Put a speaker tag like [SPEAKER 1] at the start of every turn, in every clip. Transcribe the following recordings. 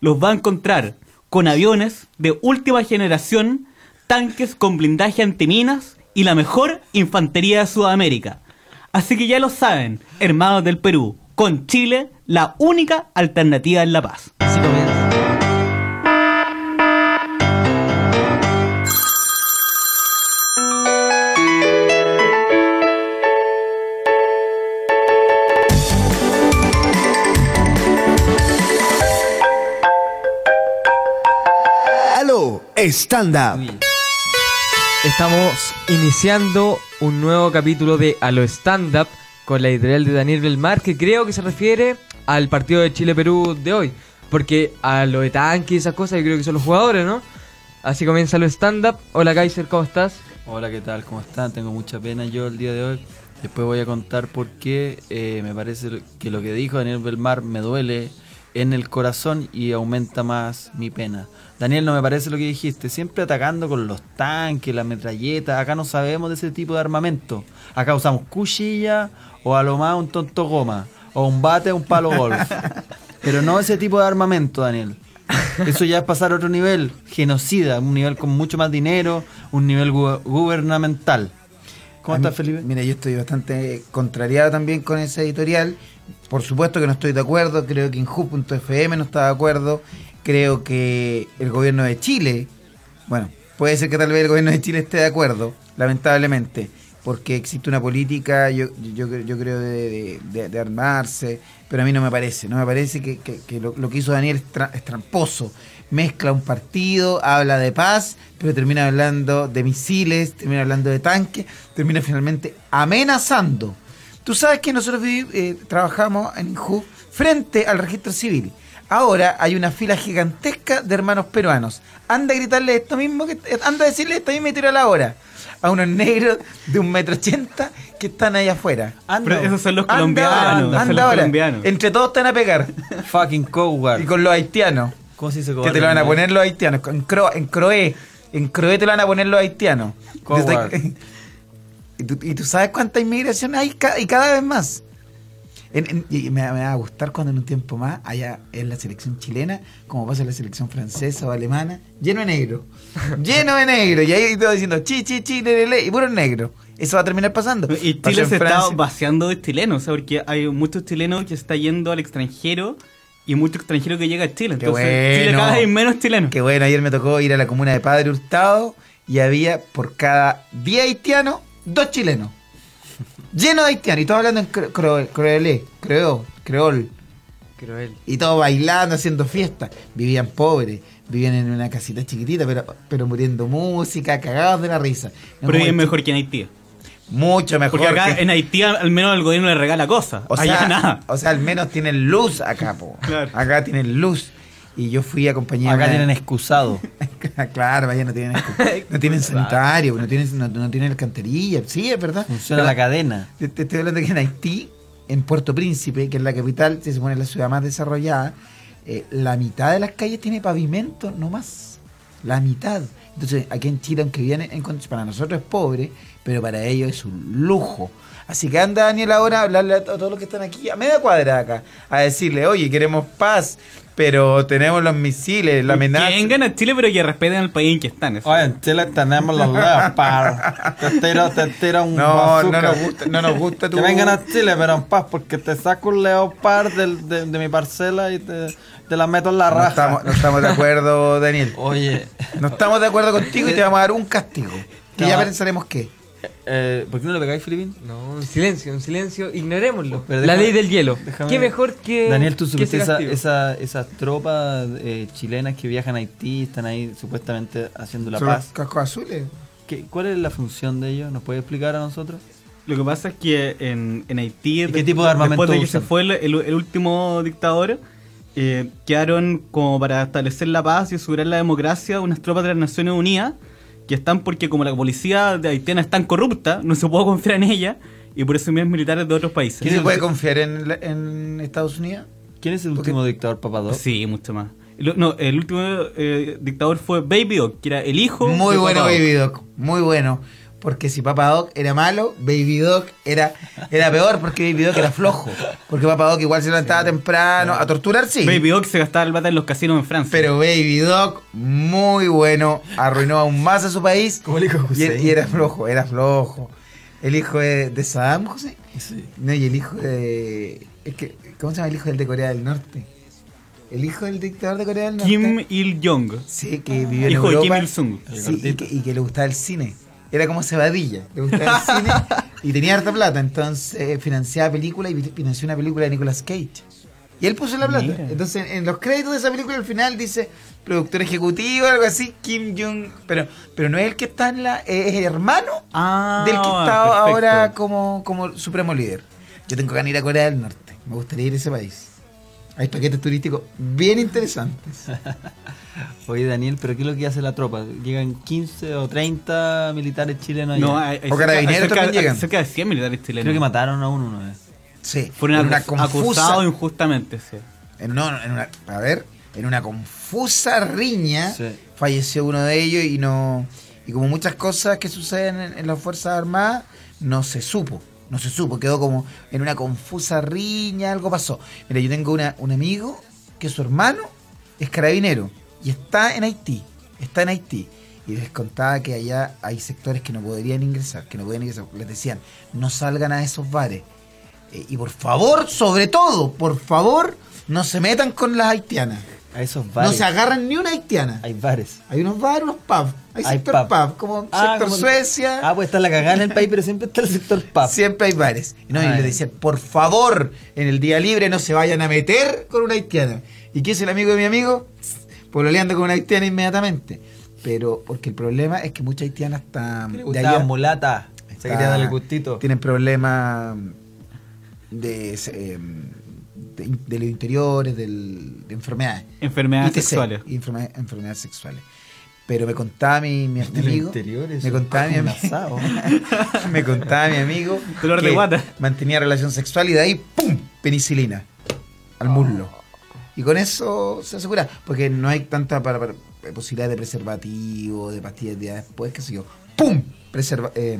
[SPEAKER 1] los va a encontrar con aviones de última generación, tanques con blindaje antiminas y la mejor infantería de Sudamérica. Así que ya lo saben, hermanos del Perú, con Chile la única alternativa en la paz.
[SPEAKER 2] Así comienza.
[SPEAKER 3] Aló, stand up.
[SPEAKER 2] Estamos iniciando un nuevo capítulo de A lo Stand Up con la editorial de Daniel Belmar, que creo que se refiere al partido de Chile-Perú de hoy. Porque a lo de tanques y esas cosas, yo creo que son los jugadores, ¿no? Así comienza lo Stand Up. Hola Kaiser, ¿cómo estás?
[SPEAKER 4] Hola, ¿qué tal? ¿Cómo están? Tengo mucha pena yo el día de hoy. Después voy a contar por qué eh, me parece que lo que dijo Daniel Belmar me duele en el corazón y aumenta más mi pena. Daniel, no me parece lo que dijiste. Siempre atacando con los tanques, las metralletas. Acá no sabemos de ese tipo de armamento. Acá usamos cuchilla o a lo más un tonto goma. O un bate o un palo golf. Pero no ese tipo de armamento, Daniel. Eso ya es pasar a otro nivel, genocida, un nivel con mucho más dinero, un nivel gu- gubernamental. ¿Cómo
[SPEAKER 5] A mí-
[SPEAKER 4] estás, Felipe?
[SPEAKER 5] Mira, yo estoy bastante contrariado también con esa editorial. Por supuesto que no estoy de acuerdo, creo que Inju.fm no está de acuerdo, creo que el gobierno de Chile, bueno, puede ser que tal vez el gobierno de Chile esté de acuerdo, lamentablemente, porque existe una política, yo, yo, yo creo, de, de- de- de armarse, pero a mí no me parece, no me parece que, que- que lo, lo que hizo Daniel es, tra- es tramposo. Mezcla un partido, habla de paz, pero termina hablando de misiles, termina hablando de tanques, termina finalmente amenazando. Tú sabes que nosotros vivi- eh, trabajamos en Inju frente al registro civil. Ahora hay una fila gigantesca de hermanos peruanos. Anda a gritarle esto mismo, que, eh, anda a decirle esto mismo y tira la hora. A unos negros de un metro ochenta que están ahí afuera.
[SPEAKER 1] Pero esos son los colombianos,
[SPEAKER 5] Anda,
[SPEAKER 1] esos son
[SPEAKER 5] anda
[SPEAKER 1] los
[SPEAKER 5] ahora.
[SPEAKER 1] colombianos.
[SPEAKER 5] Entre todos te van a pegar.
[SPEAKER 4] Fucking
[SPEAKER 5] Y
[SPEAKER 4] coward.
[SPEAKER 5] con los haitianos.
[SPEAKER 4] ¿Cómo se dice
[SPEAKER 5] Que
[SPEAKER 4] coward?
[SPEAKER 5] te lo van a poner los haitianos. En, cro, en Croé. En Croé te lo van a poner los haitianos.
[SPEAKER 4] Coward.
[SPEAKER 5] Desde- ¿Y, tú, y tú sabes cuánta inmigración hay ca- y cada vez más. En- en- y me, me va a gustar cuando en un tiempo más haya en la selección chilena, como pasa en la selección francesa o alemana, lleno de negro. lleno de negro. Y ahí todo diciendo chi, chi, chi, le, le, le, y puro negro. Eso va a terminar pasando.
[SPEAKER 1] Y
[SPEAKER 5] Pasó
[SPEAKER 1] Chile
[SPEAKER 5] en
[SPEAKER 1] se está
[SPEAKER 5] Francia.
[SPEAKER 1] vaciando de chilenos, o sea, porque hay muchos chilenos que están yendo al extranjero y muchos extranjeros que llegan a Chile.
[SPEAKER 5] Qué
[SPEAKER 1] Entonces, Chile
[SPEAKER 5] bueno.
[SPEAKER 1] cada vez hay menos chilenos.
[SPEAKER 5] Que bueno, ayer me tocó ir a la comuna de Padre Hurtado y había por cada 10 haitianos, dos chilenos. Lleno de haitianos. Y todos hablando en cre- cro- creolé, creol, creol.
[SPEAKER 2] Cruel.
[SPEAKER 5] Y todos bailando, haciendo fiestas. Vivían pobres, vivían en una casita chiquitita, pero, pero muriendo música, cagados de la risa. No
[SPEAKER 1] Pero
[SPEAKER 5] como
[SPEAKER 1] es
[SPEAKER 5] el
[SPEAKER 1] mejor que en Haití.
[SPEAKER 5] chi- Mucho mejor.
[SPEAKER 1] Porque acá
[SPEAKER 5] que-
[SPEAKER 1] en Haití al menos el gobierno le regala cosas.
[SPEAKER 5] o
[SPEAKER 1] Allá
[SPEAKER 5] sea,
[SPEAKER 1] nada.
[SPEAKER 5] o sea, al menos tienen luz acá, po.
[SPEAKER 1] Claro.
[SPEAKER 5] Acá tienen luz. Y yo fui acompañado.
[SPEAKER 4] Acá tienen excusado.
[SPEAKER 5] claro, vaya, no tienen, no tienen sanitario, no tienen, no, no tienen alcantarilla, sí, es verdad.
[SPEAKER 4] Funciona la
[SPEAKER 5] Pero
[SPEAKER 4] cadena.
[SPEAKER 5] te, te estoy hablando que en Haití, en Puerto Príncipe, que es la capital, se supone la ciudad más desarrollada, eh, la mitad de las calles tiene pavimento nomás. La mitad. Entonces, aquí en Chile, aunque viene, en condiciones- para nosotros es pobre, pero para ellos es un lujo. Así que anda Daniel ahora a hablarle a to- a todos los que están aquí, a media cuadra acá, a decirle, oye, queremos paz, pero tenemos los misiles, la amenaza.
[SPEAKER 1] Que vengan a Chile, pero que respeten al país en que están. eso.
[SPEAKER 4] Oye, en Chile tenemos los leopards. Te tiro, te tiro un
[SPEAKER 5] No, no
[SPEAKER 4] bazooka.
[SPEAKER 5] nos gusta, no nos gusta tu...
[SPEAKER 4] Que vengan a Chile, pero en paz, porque te saco un leopard del- de, de mi parcela y te, te la meto en la
[SPEAKER 5] No
[SPEAKER 4] raja.
[SPEAKER 5] estamos, no estamos de acuerdo, Daniel.
[SPEAKER 4] Oye,
[SPEAKER 5] No estamos de acuerdo contigo y te vamos a dar un castigo. Que
[SPEAKER 4] No.
[SPEAKER 5] ya pensaremos qué.
[SPEAKER 4] eh, ¿por qué no le pegáis, Filipín?
[SPEAKER 2] No, un silencio, un silencio, ignorémoslo.
[SPEAKER 4] Pero
[SPEAKER 2] la
[SPEAKER 4] déjame-
[SPEAKER 2] ley del hielo.
[SPEAKER 4] déjame-
[SPEAKER 2] ¿Qué mejor que.
[SPEAKER 4] Daniel, tú
[SPEAKER 2] que
[SPEAKER 4] supiste
[SPEAKER 2] ese
[SPEAKER 4] esa-
[SPEAKER 2] castigo?
[SPEAKER 4] esa- esas tropas eh, chilenas que viajan a Haití, están ahí supuestamente haciendo la
[SPEAKER 5] Son los
[SPEAKER 4] paz.
[SPEAKER 5] cascos azules.
[SPEAKER 4] ¿Qué- ¿Cuál es la función de ellos? ¿Nos puede explicar a nosotros?
[SPEAKER 1] Lo que pasa es que en, en Haití,
[SPEAKER 4] ¿Y qué tipo de armamento
[SPEAKER 1] después de que
[SPEAKER 4] usan?
[SPEAKER 1] se fue el, el- el último dictador, eh, quedaron como para establecer la paz y asegurar la democracia unas tropas de las Naciones Unidas que están porque como la policía de haitiana es tan corrupta, no se puede confiar en ella y por eso mismo militares de otros países.
[SPEAKER 5] ¿Quién se puede confiar en, la- en Estados Unidos?
[SPEAKER 4] ¿Quién es el
[SPEAKER 5] Porque-
[SPEAKER 4] último dictador papador?
[SPEAKER 1] Sí, mucho más. Lo- No, el último eh, dictador fue Baby Doc, que era el hijo.
[SPEAKER 5] Muy
[SPEAKER 1] de
[SPEAKER 5] bueno,
[SPEAKER 1] Papa Doc.
[SPEAKER 5] Baby Doc. Muy bueno. porque si Papa Doc era malo, Baby Doc era, era peor porque Baby Doc era flojo. Porque Papa Doc igual se levantaba temprano, a torturar sí.
[SPEAKER 1] Baby Ox se gastaba el plata en los casinos en Francia.
[SPEAKER 5] Pero Baby Doc, muy bueno, arruinó aún más a su país.
[SPEAKER 4] Como el hijo de
[SPEAKER 5] y,
[SPEAKER 4] Hussein.
[SPEAKER 5] y era flojo, era flojo. El hijo de, de Saddam Hussein.
[SPEAKER 4] Sí.
[SPEAKER 5] No, y el hijo de. es que- ¿Cómo se llama el hijo del de Corea del Norte? El hijo del dictador de Corea del Norte.
[SPEAKER 1] Kim Il-jong.
[SPEAKER 5] Sí, que vivió en
[SPEAKER 1] Hijo de
[SPEAKER 5] Europa.
[SPEAKER 1] Kim Il-sung.
[SPEAKER 5] Sí, y, que, y que le gustaba el cine. Era como Cebadilla. Le gustaba el cine y tenía harta plata. Entonces eh, financiaba películas y financió una película de Nicolas Cage. Y él puso la plata.
[SPEAKER 1] Mira.
[SPEAKER 5] Entonces, en los créditos de esa película, al final dice productor ejecutivo, algo así, Kim Jong. Pero, pero no es el que está en la. eh, Es el hermano
[SPEAKER 1] Ah,
[SPEAKER 5] del que está
[SPEAKER 1] perfecto.
[SPEAKER 5] ahora como, como supremo líder. Yo tengo ganas de ir a Corea del Norte. Me gustaría ir a ese país. Hay paquetes turísticos bien interesantes.
[SPEAKER 4] Oye, Daniel, ¿pero qué es lo que hace la tropa? Llegan 15 o 30 militares chilenos allá.
[SPEAKER 1] No, hay- hay
[SPEAKER 5] O
[SPEAKER 1] cerca-
[SPEAKER 5] carabineros
[SPEAKER 1] hay cerca-
[SPEAKER 5] también
[SPEAKER 1] hay
[SPEAKER 5] llegan.
[SPEAKER 1] Cerca de 100 militares chilenos.
[SPEAKER 4] Creo que mataron a uno una vez.
[SPEAKER 5] Sí.
[SPEAKER 1] Fueron
[SPEAKER 5] en una
[SPEAKER 1] acus- acusados injustamente, sí.
[SPEAKER 5] En, no, en una, a ver, en una confusa riña
[SPEAKER 4] Sí.
[SPEAKER 5] falleció uno de ellos y no y como muchas cosas que suceden en, en las Fuerzas Armadas, no se supo. No se supo, quedó como en una confusa riña, algo pasó. Mira, yo tengo una, un amigo que su hermano es carabinero y está en Haití. Está en Haití. Y les contaba que allá hay sectores que no podrían ingresar, que no pueden ingresar. Les decían, no salgan a esos bares. Eh, y por favor, sobre todo, por favor, no se metan con las haitianas.
[SPEAKER 4] A esos bares.
[SPEAKER 5] No se agarran ni una haitiana. Hay,
[SPEAKER 4] Hay bares.
[SPEAKER 5] unos bares, unos pubs. Hay,
[SPEAKER 4] Hay
[SPEAKER 5] sector
[SPEAKER 4] pub.
[SPEAKER 5] pub, como
[SPEAKER 4] Ah,
[SPEAKER 5] sector
[SPEAKER 4] como-
[SPEAKER 5] Suecia.
[SPEAKER 4] Ah, pues está la cagada en el país, pero siempre está el sector pub.
[SPEAKER 5] Siempre hay bares. Y, no, y
[SPEAKER 4] Ah,
[SPEAKER 5] le
[SPEAKER 4] ya.
[SPEAKER 5] decían, por favor, en el día libre no se vayan a meter con una haitiana. ¿Y qué es el amigo de mi amigo? Pololeando con una haitiana inmediatamente. Pero, porque el problema es que muchas haitianas están...
[SPEAKER 4] Le
[SPEAKER 5] de
[SPEAKER 4] gustaba
[SPEAKER 5] allá-
[SPEAKER 4] mulata. Se quería
[SPEAKER 5] Está-
[SPEAKER 4] darle gustito.
[SPEAKER 5] Tienen problemas de, eh, de, in- de los interiores, del- de enfermedades.
[SPEAKER 1] Enfermedades
[SPEAKER 5] ITC,
[SPEAKER 1] sexuales.
[SPEAKER 5] enferme- enfermedades sexuales. Pero me contaba mi, mi
[SPEAKER 4] De los
[SPEAKER 5] amigo.
[SPEAKER 4] interiores,
[SPEAKER 5] me contaba mi
[SPEAKER 4] un
[SPEAKER 5] amigo.
[SPEAKER 4] asado.
[SPEAKER 5] me contaba mi amigo.
[SPEAKER 1] Dolor de
[SPEAKER 5] que
[SPEAKER 1] guata.
[SPEAKER 5] Mantenía relación sexual y de ahí, ¡pum! Penicilina. Al muslo. Y con eso se asegura, porque no hay tanta para- para- posibilidad de preservativo, de pastillas de después, qué sé yo. ¡Pum! Preserva, eh,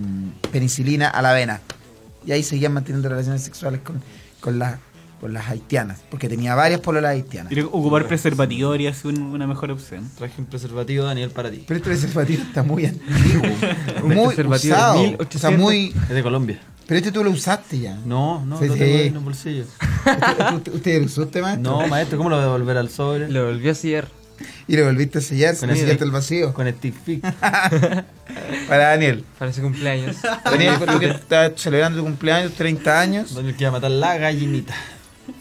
[SPEAKER 5] penicilina a la vena. Y ahí seguían manteniendo relaciones sexuales con, con, las con las haitianas, porque tenía varias pololas haitianas.
[SPEAKER 1] Y creo que ocupar preservativo habría sido un- una mejor opción.
[SPEAKER 4] Traje un preservativo, Daniel, para ti.
[SPEAKER 5] Pero este preservativo está muy antiguo,
[SPEAKER 1] Este
[SPEAKER 5] muy
[SPEAKER 2] preservativo de
[SPEAKER 5] usado,
[SPEAKER 2] 1800.
[SPEAKER 5] o sea, muy...
[SPEAKER 4] Es de Colombia.
[SPEAKER 5] Pero este tú lo usaste ya.
[SPEAKER 4] No, no,
[SPEAKER 5] Sí,
[SPEAKER 4] lo
[SPEAKER 5] sí.
[SPEAKER 4] tengo en el bolsillo.
[SPEAKER 5] Este- ¿Usted, usted lo usó, usted, maestro?
[SPEAKER 4] No, maestro, ¿cómo lo voy a devolver al sobre?
[SPEAKER 2] Lo volvió a sellar.
[SPEAKER 5] Y lo volviste a sellar, se
[SPEAKER 4] Con
[SPEAKER 5] me
[SPEAKER 4] el-
[SPEAKER 5] sellaste el vacío.
[SPEAKER 4] Con Steve Fick.
[SPEAKER 5] Para Daniel.
[SPEAKER 2] Para su cumpleaños.
[SPEAKER 5] Daniel, tú que estás celebrando tu cumpleaños, 30 años.
[SPEAKER 4] Daniel quiere matar la gallinita.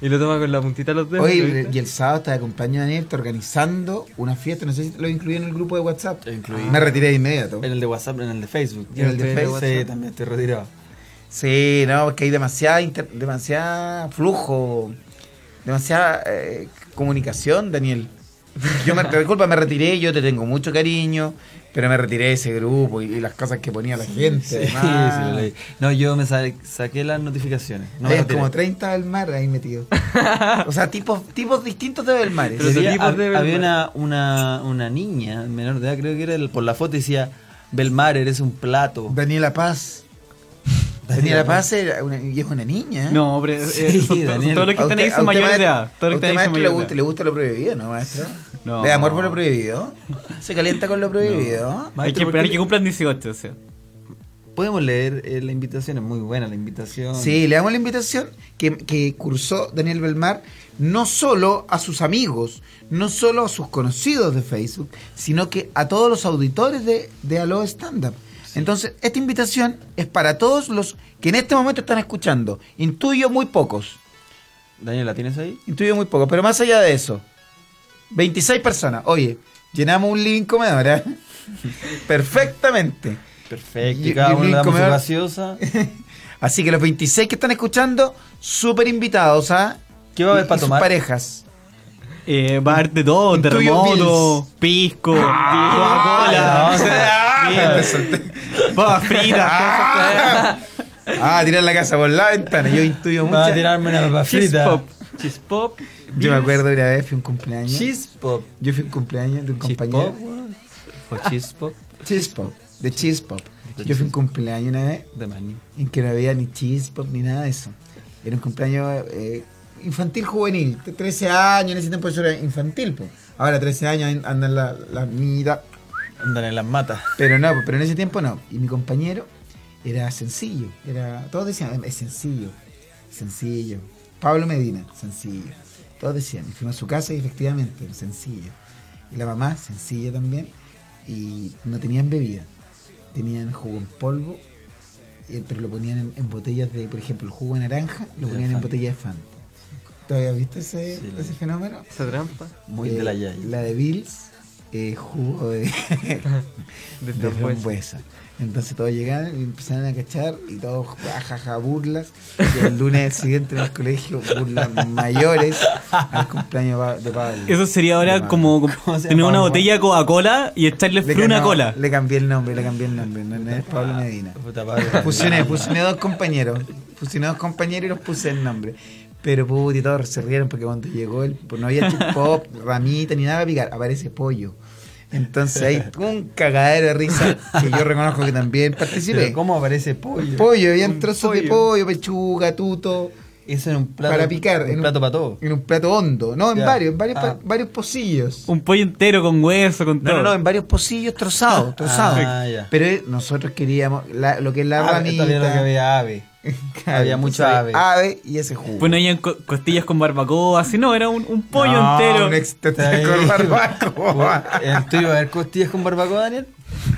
[SPEAKER 2] y lo toma con la puntita de los dedos. ¿lo
[SPEAKER 5] Oye,
[SPEAKER 2] viste?
[SPEAKER 5] y el sábado estaba de cumpleaños Daniel, está organizando una fiesta, no sé si lo incluí en el grupo de WhatsApp.
[SPEAKER 4] Lo incluí.
[SPEAKER 5] Me retiré de inmediato.
[SPEAKER 4] En el de WhatsApp, en el de Facebook.
[SPEAKER 5] Y en el de
[SPEAKER 4] Sí,
[SPEAKER 5] Facebook.
[SPEAKER 4] Sí, también estoy retirado.
[SPEAKER 5] Sí, no, porque hay demasiada, inter- demasiada flujo, demasiada eh, comunicación, Daniel. Yo me, disculpa, me retiré, yo te tengo mucho cariño, pero me retiré de ese grupo y, y las cosas que ponía la gente.
[SPEAKER 4] Sí,
[SPEAKER 5] además.
[SPEAKER 4] sí, lo leí. No, yo me sa- saqué las notificaciones. No me
[SPEAKER 5] Hay
[SPEAKER 4] retiré.
[SPEAKER 5] como 30 del mar ahí metido. o sea, tipos, tipos distintos de ¿eh? Belmares.
[SPEAKER 2] Pero
[SPEAKER 4] Decía,
[SPEAKER 2] tipos
[SPEAKER 4] hab-
[SPEAKER 2] de
[SPEAKER 4] había una,
[SPEAKER 2] Belmar.
[SPEAKER 4] una, una niña menor de edad, creo que era el- por la foto, decía, Belmar, eres un plato.
[SPEAKER 5] Daniela Paz. Daniela Paz era una, y es una niña.
[SPEAKER 1] No, pero eh,
[SPEAKER 4] Sí,
[SPEAKER 1] son to-
[SPEAKER 4] Daniel.
[SPEAKER 1] todos los que
[SPEAKER 5] A
[SPEAKER 1] están ahí
[SPEAKER 5] usted- a
[SPEAKER 1] son
[SPEAKER 5] usted,
[SPEAKER 1] mayores de
[SPEAKER 5] maestro-
[SPEAKER 1] edad. Todos
[SPEAKER 5] a
[SPEAKER 1] los que están
[SPEAKER 5] usted,
[SPEAKER 1] ahí son
[SPEAKER 5] maestro, le
[SPEAKER 1] mayores
[SPEAKER 5] gusta,
[SPEAKER 1] de
[SPEAKER 5] le
[SPEAKER 1] edad.
[SPEAKER 5] gusta lo prohibido, ¿no, maestro?
[SPEAKER 1] No.
[SPEAKER 5] Le da amor por lo prohibido. Se calienta con lo prohibido.
[SPEAKER 1] Hay que
[SPEAKER 4] Maestro, ¿por
[SPEAKER 1] esperar
[SPEAKER 4] qué
[SPEAKER 1] que
[SPEAKER 4] le-
[SPEAKER 1] cumplan 18, o sea.
[SPEAKER 4] Podemos leer eh, la invitación, es muy buena la invitación.
[SPEAKER 5] Sí, le damos la invitación que, que cursó Daniel Belmar no solo a sus amigos, no solo a sus conocidos de Facebook, sino que a todos los auditores de, de Aló Stand Up. Entonces, esta invitación es para todos los que en este momento están escuchando. Intuyo muy pocos,
[SPEAKER 4] Daniel, ¿la tienes ahí?
[SPEAKER 5] intuyo muy pocos, pero más allá de eso, 26 personas. Oye, llenamos un living comedor, ¿eh? Perfectamente.
[SPEAKER 4] Perfecto.
[SPEAKER 5] Y-
[SPEAKER 4] Y cada
[SPEAKER 5] y
[SPEAKER 4] uno
[SPEAKER 5] el
[SPEAKER 4] le damos su
[SPEAKER 5] comedor-
[SPEAKER 4] gaseosa.
[SPEAKER 5] Así que los 26 que están escuchando, súper invitados, ¿ah?
[SPEAKER 4] ¿Qué va a haber
[SPEAKER 5] Y- y
[SPEAKER 4] para
[SPEAKER 5] sus
[SPEAKER 4] tomar?
[SPEAKER 5] parejas.
[SPEAKER 1] Eh, va a haber de todo,
[SPEAKER 5] Intuyo
[SPEAKER 1] terremoto, pisco,
[SPEAKER 4] Ah,
[SPEAKER 1] Coca-Cola,
[SPEAKER 5] Ah,
[SPEAKER 1] papas fritas, cosas que-
[SPEAKER 5] ah, tirar la casa por la ventana. Yo intuyo
[SPEAKER 4] Va a
[SPEAKER 5] mucho.
[SPEAKER 4] tirarme una papa
[SPEAKER 1] cheese
[SPEAKER 4] frita.
[SPEAKER 1] pop, cheese pop.
[SPEAKER 5] Yo me acuerdo una vez fui a un cumpleaños.
[SPEAKER 4] Cheese pop.
[SPEAKER 5] Yo fui a un cumpleaños de un
[SPEAKER 4] Cheese
[SPEAKER 5] compañero.
[SPEAKER 4] pop, weón. O cheese pop.
[SPEAKER 5] Cheese pop. De cheese pop. Yo fui a un cumpleaños una vez
[SPEAKER 4] de maní.
[SPEAKER 5] en que no había ni chispas ni nada de eso. Era un cumpleaños eh, infantil juvenil, de 13 años, en ese tiempo eso era infantil. po. Ahora 13 años an- andan la, la mitad,
[SPEAKER 4] Andan en las matas.
[SPEAKER 5] pero no, pero en ese tiempo no. Y mi compañero era sencillo, era todos decían, es sencillo, sencillo. Pablo Medina, sencillo. Todos decían, y fuimos a su casa y efectivamente, sencillo. Y la mamá, sencilla también. Y no tenían bebida, tenían jugo en polvo, eh, pero lo ponían en, en botellas de, por ejemplo, el jugo de naranja, lo
[SPEAKER 4] De
[SPEAKER 5] ponían en
[SPEAKER 4] Fanta.
[SPEAKER 5] botellas de Fanta. ¿Todavía viste ese,
[SPEAKER 4] Sí, lo
[SPEAKER 5] ese
[SPEAKER 4] vi.
[SPEAKER 5] fenómeno?
[SPEAKER 2] Esa trampa.
[SPEAKER 4] Muy
[SPEAKER 5] Eh,
[SPEAKER 4] de la yaya.
[SPEAKER 5] La de Bills, eh, jugo de, de,
[SPEAKER 2] frambuesa.
[SPEAKER 5] frambuesa. Entonces todos llegaron y empezaron a cachar y todos jajaja burlas. Y el lunes siguiente en el colegio burlas mayores al cumpleaños pa- de Pablo.
[SPEAKER 1] Eso sería
[SPEAKER 5] De
[SPEAKER 1] ahora
[SPEAKER 5] Pablo.
[SPEAKER 1] como
[SPEAKER 4] ¿Cómo se
[SPEAKER 1] tener
[SPEAKER 5] llama?
[SPEAKER 1] una botella de Coca-Cola y echarle
[SPEAKER 5] Le
[SPEAKER 1] flu una
[SPEAKER 5] no,
[SPEAKER 1] cola.
[SPEAKER 5] Le cambié el nombre, le cambié el nombre. No, no es Pablo Medina.
[SPEAKER 4] Puta, Pablo.
[SPEAKER 5] Fusioné, fusioné dos compañeros. Fusioné dos compañeros y los puse el nombre. Pero puti, todos se rieron porque cuando llegó el, pues, no había chip pop, ramita ni nada para picar, aparece pollo. Entonces hay un cagadero de risa que yo reconozco que también participé.
[SPEAKER 4] Pero ¿Cómo aparece pollo?
[SPEAKER 5] Pollo, habían
[SPEAKER 4] Un
[SPEAKER 5] trozos de pollo, pechuga, tuto,
[SPEAKER 4] Eso en un plato.
[SPEAKER 5] para picar.
[SPEAKER 4] Un
[SPEAKER 5] en
[SPEAKER 4] plato para todo.
[SPEAKER 5] En un plato hondo. No, en
[SPEAKER 4] Ya.
[SPEAKER 5] varios, en varios,
[SPEAKER 4] Ah.
[SPEAKER 5] pa- varios pocillos.
[SPEAKER 1] Un pollo entero con hueso, con
[SPEAKER 5] No,
[SPEAKER 1] todo.
[SPEAKER 5] no, no, en varios pocillos trozados, trozados.
[SPEAKER 4] Ah, ya.
[SPEAKER 5] Pero eh, nosotros queríamos la- lo que es la
[SPEAKER 4] Ah,
[SPEAKER 5] ramita.
[SPEAKER 4] también lo que había ave.
[SPEAKER 5] Claro,
[SPEAKER 4] había
[SPEAKER 5] entonces
[SPEAKER 4] mucha
[SPEAKER 5] había Ave y ese jugo.
[SPEAKER 1] Pues no habían co- costillas con barbacoa, así no, era un, un pollo
[SPEAKER 5] No,
[SPEAKER 1] entero.
[SPEAKER 5] un ex- te- te-
[SPEAKER 4] Está ahí.
[SPEAKER 5] con barbacoa.
[SPEAKER 4] ¿En tuyo va a haber costillas con barbacoa, Daniel?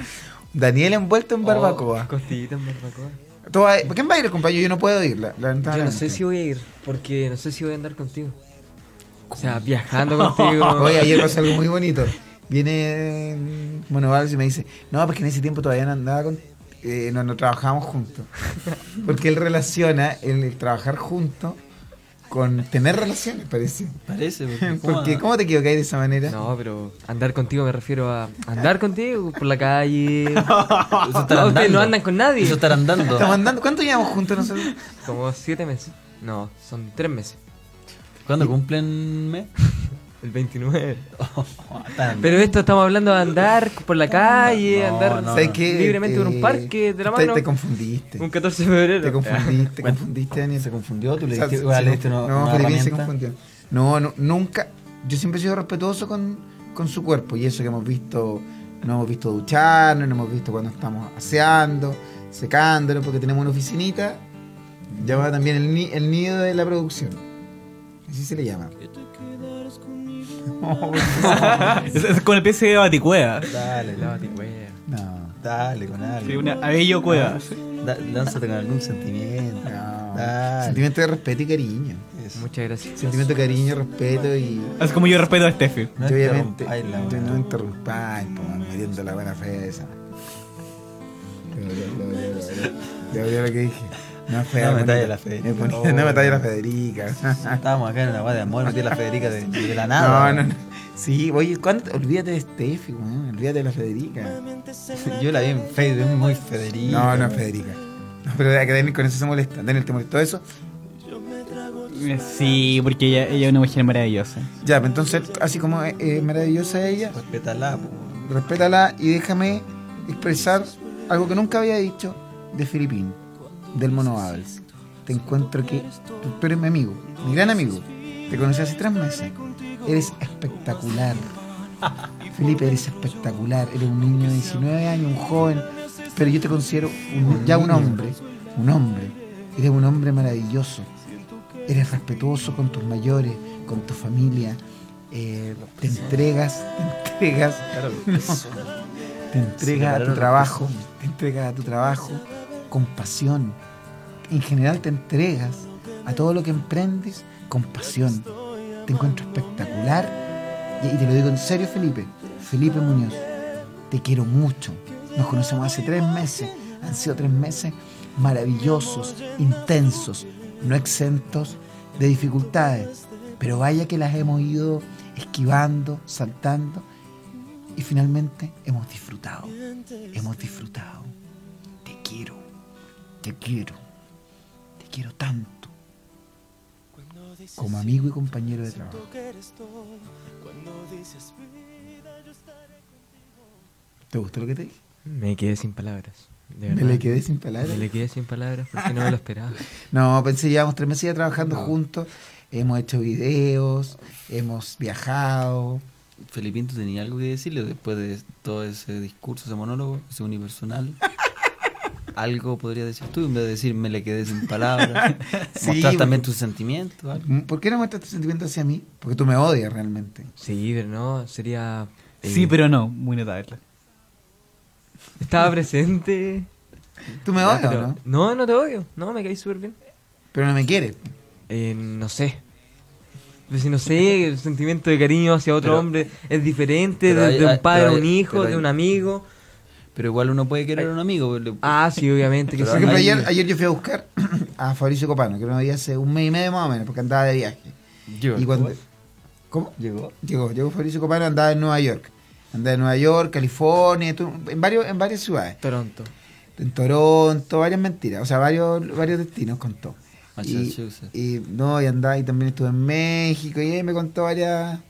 [SPEAKER 5] Daniel envuelto en barbacoa.
[SPEAKER 2] Oh, costillita en barbacoa.
[SPEAKER 5] Tú vas- ¿Por qué va a ir el compañero? Yo no puedo ir, la,
[SPEAKER 2] Yo no sé si voy a ir, porque no sé si voy a andar contigo. O sea, viajando contigo.
[SPEAKER 5] Hoy ayer pasó algo muy bonito. Viene mm, Mono Valls y me dice, no, porque en ese tiempo todavía no andaba con... eh, no, no trabajábamos juntos. Porque él relaciona el, el trabajar juntos con tener relaciones, parece.
[SPEAKER 4] Parece.
[SPEAKER 5] Porque, ¿cómo te equivocáis de esa manera?
[SPEAKER 2] No, pero andar contigo me refiero a andar contigo por la calle.
[SPEAKER 4] Eso
[SPEAKER 2] No, ustedes no andan con nadie.
[SPEAKER 4] Eso estar andando.
[SPEAKER 5] Estamos andando- ¿Cuánto llevamos juntos nosotros?
[SPEAKER 2] Como siete meses. No, son tres meses.
[SPEAKER 4] ¿Cuándo cumplen mes?
[SPEAKER 2] El 29.
[SPEAKER 4] Tan-
[SPEAKER 2] Pero esto estamos hablando de andar por la calle,
[SPEAKER 4] No,
[SPEAKER 2] andar
[SPEAKER 4] no.
[SPEAKER 5] ¿Sabes qué?
[SPEAKER 2] libremente por un
[SPEAKER 5] Eh,
[SPEAKER 2] parque de la
[SPEAKER 5] te-
[SPEAKER 2] mano.
[SPEAKER 5] Te confundiste.
[SPEAKER 2] Un 14 de febrero.
[SPEAKER 5] Te confundiste, te confundiste, Daniel.
[SPEAKER 4] ¿Se confundió? ¿Tú le
[SPEAKER 5] O sea,
[SPEAKER 4] diste,
[SPEAKER 5] se-
[SPEAKER 4] ah,
[SPEAKER 5] se
[SPEAKER 4] le diste
[SPEAKER 5] conf-
[SPEAKER 4] una,
[SPEAKER 5] no,
[SPEAKER 4] una
[SPEAKER 5] Felipe se
[SPEAKER 4] herramienta?
[SPEAKER 5] confundió. No, no, nunca. Yo siempre he sido respetuoso con, con su cuerpo y eso que hemos visto, no hemos visto ducharnos, no hemos visto cuando estamos aseando, secándonos, porque tenemos una oficinita llamada también el, ni- el nido de la producción. Así se le llama.
[SPEAKER 4] Oh,
[SPEAKER 1] Es, es con el pez de baticueva.
[SPEAKER 4] Dale, dale,
[SPEAKER 5] No,
[SPEAKER 4] dale con
[SPEAKER 1] Sí,
[SPEAKER 4] algo.
[SPEAKER 1] una abello cueva.
[SPEAKER 4] Da- lánzate con algún sentimiento.
[SPEAKER 5] no.
[SPEAKER 4] Dale.
[SPEAKER 5] Sentimiento de respeto y cariño.
[SPEAKER 4] Eso.
[SPEAKER 2] Muchas gracias.
[SPEAKER 5] Sentimiento de cariño, respeto y.
[SPEAKER 1] Es como yo respeto a Steffi.
[SPEAKER 4] No
[SPEAKER 5] y obviamente.
[SPEAKER 4] interrumpáis la
[SPEAKER 5] yo
[SPEAKER 4] weá.
[SPEAKER 5] no interrumpáis, po, man, metiendo la buena fe esa. Le dolió, le dolió, le dolió. Le dolió lo que dije. No, es fea,
[SPEAKER 4] No me
[SPEAKER 5] es
[SPEAKER 4] talles
[SPEAKER 5] bonita.
[SPEAKER 4] la Federica.
[SPEAKER 5] Es bonita,
[SPEAKER 4] Oh.
[SPEAKER 5] No me talles la Federica.
[SPEAKER 4] Estábamos acá en una guada de amor, metí la Federica de, de la nada.
[SPEAKER 5] No, no, no. Sí, oye, ¿cuánto? olvídate de Steffi, weón. Olvídate de la Federica.
[SPEAKER 4] Yo la vi en Facebook, es muy Federica.
[SPEAKER 5] No, no es Federica. No, pero a que Daniel con eso se molesta. Daniel, ¿te molestó eso?
[SPEAKER 1] Eh, Sí, porque ella, ella es una mujer maravillosa.
[SPEAKER 5] Ya, pero entonces, así como es, es maravillosa ella,
[SPEAKER 4] Respétala, po.
[SPEAKER 5] respétala y déjame expresar algo que nunca había dicho de Filipín, del Mono Abels. Te encuentro que tú, tú eres mi amigo, mi gran amigo. Te conocí hace tres meses. Eres espectacular. Felipe, eres espectacular. Eres un niño de 19 años, un joven, pero yo te considero un- ya un hombre. Un hombre. Eres un hombre maravilloso. Eres respetuoso con tus mayores, con tu familia. Eh, te entregas, te entregas te entrega a tu trabajo, te entrega a tu trabajo con pasión. En general te entregas a todo lo que emprendes con pasión. Te encuentro espectacular y, y te lo digo en serio, Felipe. Felipe Muñoz, te quiero mucho. Nos conocemos hace tres meses. Han sido tres meses maravillosos, intensos, no exentos de dificultades. Pero vaya que las hemos ido esquivando, saltando y finalmente hemos disfrutado. Hemos disfrutado. Te quiero. Te quiero. Te quiero tanto. Como amigo y compañero de trabajo. ¿Te gustó lo que te dije?
[SPEAKER 2] Me quedé sin palabras. de
[SPEAKER 5] Me
[SPEAKER 2] verdad.
[SPEAKER 5] le quedé sin palabras.
[SPEAKER 2] Me le quedé sin palabras porque no me lo esperaba.
[SPEAKER 5] No, pensé, llevamos tres meses ya trabajando juntos. Hemos hecho videos, hemos viajado.
[SPEAKER 4] Felipín, ¿tú tenías algo que decirle después de todo ese discurso, ese monólogo, ese unipersonal? Algo podría decir tú, en vez de decir me le quedé sin palabras,
[SPEAKER 5] Sí,
[SPEAKER 4] mostrar también
[SPEAKER 5] bueno.
[SPEAKER 4] tus sentimientos. algo.
[SPEAKER 5] Mm, ¿Por qué no muestras tus sentimientos hacia mí? Porque tú me odias realmente.
[SPEAKER 2] Sí, pero no, sería... eh,
[SPEAKER 1] Sí, pero no, muy notable.
[SPEAKER 2] Estaba presente.
[SPEAKER 5] Tú me odias, Ah, ¿no?
[SPEAKER 2] No, no te odio. No, me caí súper bien.
[SPEAKER 5] Pero no me quieres.
[SPEAKER 2] Eh, no sé. Pues, no sé, el sentimiento de cariño hacia otro
[SPEAKER 4] Pero-
[SPEAKER 2] hombre es diferente
[SPEAKER 4] pero
[SPEAKER 2] de,
[SPEAKER 4] hay-
[SPEAKER 2] de un
[SPEAKER 4] hay-
[SPEAKER 2] padre
[SPEAKER 4] pero
[SPEAKER 2] a un
[SPEAKER 4] hay-
[SPEAKER 2] hijo,
[SPEAKER 4] pero
[SPEAKER 2] de
[SPEAKER 4] hay-
[SPEAKER 2] un amigo.
[SPEAKER 4] Pero igual uno puede querer a un amigo. le-
[SPEAKER 2] Ah, sí, obviamente que
[SPEAKER 4] Pero
[SPEAKER 5] Por
[SPEAKER 2] sí.
[SPEAKER 5] ejemplo,
[SPEAKER 4] ahí-
[SPEAKER 5] ayer, ayer yo fui a buscar a Fabricio Copano, que no había hace un mes y medio más o menos, porque andaba de viaje.
[SPEAKER 4] Yo,
[SPEAKER 5] Y cuando- ¿Cómo?
[SPEAKER 4] ¿Llegó?
[SPEAKER 5] Llegó, llegó Fabricio Copano, andaba en Nueva York. Andaba en Nueva York, California, tú- en, varios, en varias ciudades.
[SPEAKER 2] Toronto.
[SPEAKER 5] En Toronto, varias mentiras, o sea, varios, varios destinos contó. Y,
[SPEAKER 4] Massachusetts.
[SPEAKER 5] y no, y andaba, y también estuve en México, y él me contó varias,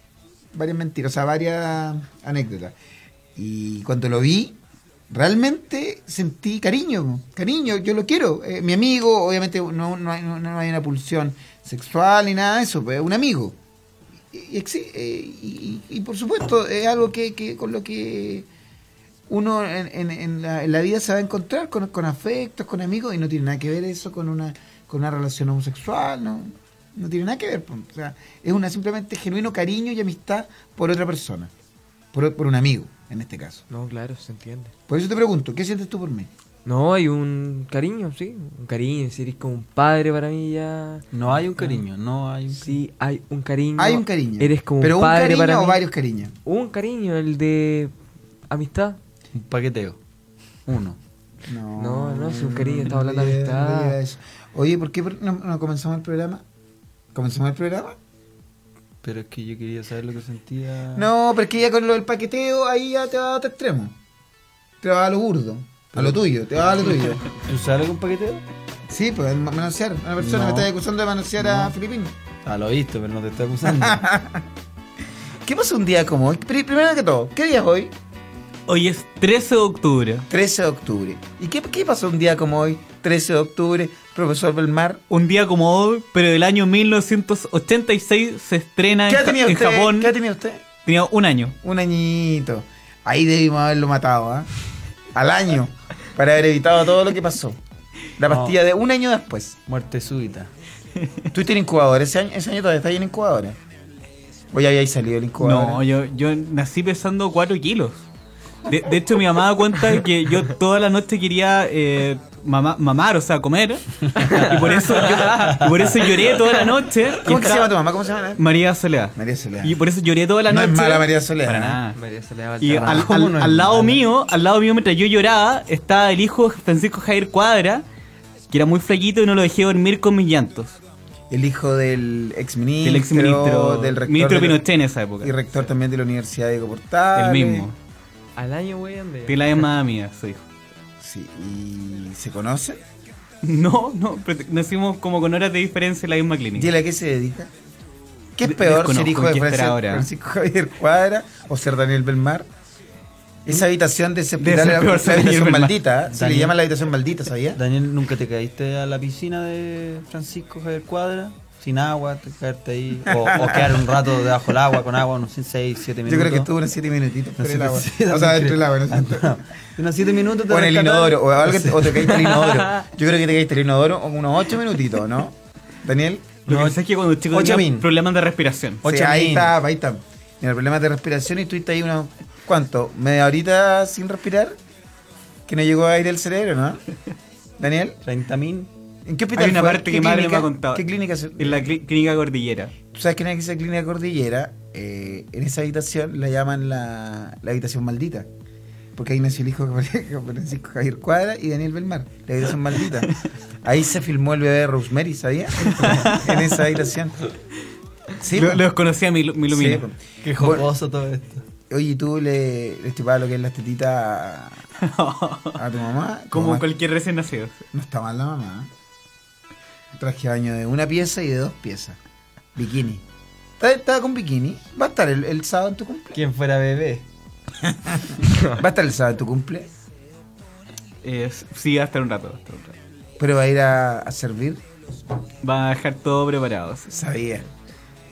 [SPEAKER 5] varias mentiras, o sea, varias anécdotas. Y cuando lo vi, realmente sentí cariño, cariño, yo lo quiero. Eh, mi amigo, obviamente no, no, hay, no- no hay una pulsión sexual ni nada de eso, pero es un amigo. Y, y exi- eh, y- y- y por supuesto, es algo que, que con lo que uno en, en- en la, en la vida se va a encontrar con, con afectos, con amigos, y no tiene nada que ver eso con una, con una relación homosexual, no, no tiene nada que ver. po. O sea, es una simplemente genuino cariño y amistad por otra persona, por, por un amigo, en este caso.
[SPEAKER 2] No, claro, se entiende.
[SPEAKER 5] Por eso te pregunto, ¿qué sientes tú por mí?
[SPEAKER 2] No, hay un cariño, sí. Un cariño, es decir, es como un padre para mí ya.
[SPEAKER 4] No hay un cariño, no hay un
[SPEAKER 2] Sí, hay un cariño.
[SPEAKER 5] Hay un cariño.
[SPEAKER 2] Eres como
[SPEAKER 5] ¿Pero
[SPEAKER 2] un
[SPEAKER 5] un
[SPEAKER 2] padre
[SPEAKER 5] cariño
[SPEAKER 2] para
[SPEAKER 5] o
[SPEAKER 2] mí.
[SPEAKER 5] varios cariños?
[SPEAKER 2] Un cariño, el de amistad.
[SPEAKER 4] Un paqueteo. Uno.
[SPEAKER 2] No, no, si un cariño, estaba hablando de
[SPEAKER 5] no diga- no
[SPEAKER 2] amistad.
[SPEAKER 5] diga eso. Oye, ¿por qué por- no, no comenzamos el programa? ¿Comenzamos el programa?
[SPEAKER 2] Ah.
[SPEAKER 4] Pero es que yo quería saber lo que sentía.
[SPEAKER 5] No, pero es que ya con lo del paqueteo, ahí ya te va a otro extremo. Te va a lo burdo, a lo tuyo, te va a lo tuyo.
[SPEAKER 4] ¿Tú sabes lo que es un paqueteo?
[SPEAKER 5] Sí, pues man- manosear. Una
[SPEAKER 4] No.
[SPEAKER 5] persona me está acusando de manosear a Filipino.
[SPEAKER 4] Ah, lo he visto, pero no te estoy acusando.
[SPEAKER 5] ¿Qué pasó un día como hoy? Pri- Primero que todo, ¿qué día es hoy?
[SPEAKER 1] Hoy es 13 de octubre.
[SPEAKER 5] 13 de octubre. ¿Y qué, qué pasó un día como hoy, 13 de octubre, profesor Belmar?
[SPEAKER 1] Un día como hoy, pero del año 1986 se estrena en,
[SPEAKER 5] ¿Qué ha
[SPEAKER 1] Ja-
[SPEAKER 5] tenido
[SPEAKER 1] en
[SPEAKER 5] usted?
[SPEAKER 1] Japón.
[SPEAKER 5] ¿Qué ha tenido usted?
[SPEAKER 1] Tenía un año.
[SPEAKER 5] Un añito. Ahí debimos haberlo matado, ¿ah? Al año. Para haber evitado todo lo que pasó. La
[SPEAKER 4] No.
[SPEAKER 5] pastilla de un año después.
[SPEAKER 4] Muerte súbita.
[SPEAKER 5] ¿Tuviste el incubador? ¿Ese año, ese año todavía está ahí en incubadora? ¿O ya habíais salido el incubador?
[SPEAKER 1] No, yo, yo nací pesando 4 kilos. De, de hecho, mi mamá da cuenta que yo toda la noche quería eh, mama- mamar, o sea, comer. Y por eso, yo- y por eso lloré toda la noche. y
[SPEAKER 5] ¿Cómo que se
[SPEAKER 1] estaba-
[SPEAKER 5] llama tu mamá? ¿Cómo se llama? eh?
[SPEAKER 1] María Soledad.
[SPEAKER 5] María Soledad.
[SPEAKER 1] Y por eso lloré toda la
[SPEAKER 5] No es
[SPEAKER 1] noche.
[SPEAKER 5] mala María Soledad,
[SPEAKER 1] Para
[SPEAKER 5] ¿eh?
[SPEAKER 1] nada.
[SPEAKER 2] María se le va
[SPEAKER 1] Y
[SPEAKER 2] al
[SPEAKER 1] al, al-
[SPEAKER 5] ¿Cómo no es
[SPEAKER 1] al lado
[SPEAKER 5] mala?
[SPEAKER 1] mío, al lado mío mientras yo lloraba, estaba el hijo de Francisco Javier Cuadra, que era muy flaquito y no lo dejé dormir con mis llantos.
[SPEAKER 5] El hijo del exministro,
[SPEAKER 1] Del exministro,
[SPEAKER 5] del rector
[SPEAKER 1] ministro
[SPEAKER 5] de la-
[SPEAKER 1] Pinochet en esa época.
[SPEAKER 5] y rector también de la Universidad de Portal.
[SPEAKER 1] El mismo.
[SPEAKER 2] Al año, güey, ande.
[SPEAKER 1] De la llamada mía, su hijo.
[SPEAKER 5] Sí, y se conoce.
[SPEAKER 1] No, no, pero nacimos como con horas de diferencia en la misma
[SPEAKER 5] ¿Y
[SPEAKER 1] clínica.
[SPEAKER 5] él a qué se dedica? ¿Qué es
[SPEAKER 1] De-
[SPEAKER 5] peor, ser
[SPEAKER 1] desconozco,
[SPEAKER 5] hijo de
[SPEAKER 1] ¿qué
[SPEAKER 5] Francis-
[SPEAKER 1] estará ahora?
[SPEAKER 5] Francisco Javier Cuadra o ser Daniel Belmar? Esa habitación de ese hospital
[SPEAKER 1] ser
[SPEAKER 5] era
[SPEAKER 1] peor
[SPEAKER 5] una
[SPEAKER 1] ser
[SPEAKER 5] habitación
[SPEAKER 1] Daniel Belmar.
[SPEAKER 5] maldita. ¿eh? Se le
[SPEAKER 4] Daniel-
[SPEAKER 5] llama la habitación maldita, ¿sabía?
[SPEAKER 4] Daniel, ¿nunca te caíste a la piscina de Francisco Javier Cuadra? Sin agua, te caerte ahí. O, o quedar un rato debajo del agua, con agua, no sé, 6, 7
[SPEAKER 5] Yo
[SPEAKER 4] minutos.
[SPEAKER 5] creo que estuvo unos 7 minutitos
[SPEAKER 4] No
[SPEAKER 5] fuera
[SPEAKER 4] sé,
[SPEAKER 5] del agua.
[SPEAKER 4] sí,
[SPEAKER 5] o
[SPEAKER 4] también
[SPEAKER 5] sea, dentro
[SPEAKER 4] creo.
[SPEAKER 5] del agua, ¿no es cierto?
[SPEAKER 4] Unos 7 minutos te
[SPEAKER 5] O en el
[SPEAKER 4] rescataron.
[SPEAKER 5] inodoro, o, algo que
[SPEAKER 4] No
[SPEAKER 5] te,
[SPEAKER 4] sé.
[SPEAKER 5] o te caíste al inodoro. Yo creo que te caíste al inodoro o unos 8 minutitos, ¿no? Daniel.
[SPEAKER 1] Lo que
[SPEAKER 4] No,
[SPEAKER 1] pasa es que cuando los chicos
[SPEAKER 5] ocho
[SPEAKER 1] tenían
[SPEAKER 5] min.
[SPEAKER 1] problemas de respiración.
[SPEAKER 5] Sí,
[SPEAKER 4] Ocho
[SPEAKER 5] ahí
[SPEAKER 4] min.
[SPEAKER 5] está, ahí está. Mira, problemas de respiración y estuviste ahí unos. ¿Cuánto? ¿Media horita sin respirar? Que no llegó aire al cerebro, ¿no? Daniel,
[SPEAKER 4] 30 mil.
[SPEAKER 5] ¿en qué hospital
[SPEAKER 1] Hay una
[SPEAKER 5] fue?
[SPEAKER 1] parte
[SPEAKER 5] ¿Qué
[SPEAKER 1] que madre me
[SPEAKER 5] clínica?
[SPEAKER 1] ha contado.
[SPEAKER 5] ¿Qué clínica se-
[SPEAKER 1] En la cli- clínica cordillera.
[SPEAKER 5] Tú sabes que en esa clínica cordillera, eh, en esa habitación la llaman la, la habitación maldita. Porque ahí nació el hijo de Francisco Javier Cuadra y Daniel Belmar, la habitación maldita. Ahí se filmó el bebé de Rosemary, ¿sabía? en esa habitación. Sí,
[SPEAKER 1] Lo-
[SPEAKER 5] po.
[SPEAKER 1] los conocí a mi, mi
[SPEAKER 5] Sí,
[SPEAKER 1] Lumina.
[SPEAKER 5] po.
[SPEAKER 4] Qué
[SPEAKER 5] Bueno,
[SPEAKER 4] jocoso todo esto.
[SPEAKER 5] Oye, ¿y ¿tú le, le estipabas lo que es las tetitas a, a tu mamá? Tu
[SPEAKER 1] Como
[SPEAKER 5] mamá-
[SPEAKER 1] cualquier recién nacido.
[SPEAKER 5] No está mal la mamá. ¿eh? Traje de baño de una pieza y de dos piezas. Bikini. ¿Está- ¿Estaba con bikini? Va a estar el, el sábado en tu cumple.
[SPEAKER 4] Quien fuera bebé.
[SPEAKER 5] Va a estar el sábado en tu cumple.
[SPEAKER 1] Eh, sí, va a estar un rato. va a estar un rato.
[SPEAKER 5] Pero va a ir a, a servir.
[SPEAKER 1] Va a dejar todo preparado. sí.
[SPEAKER 5] Sabía.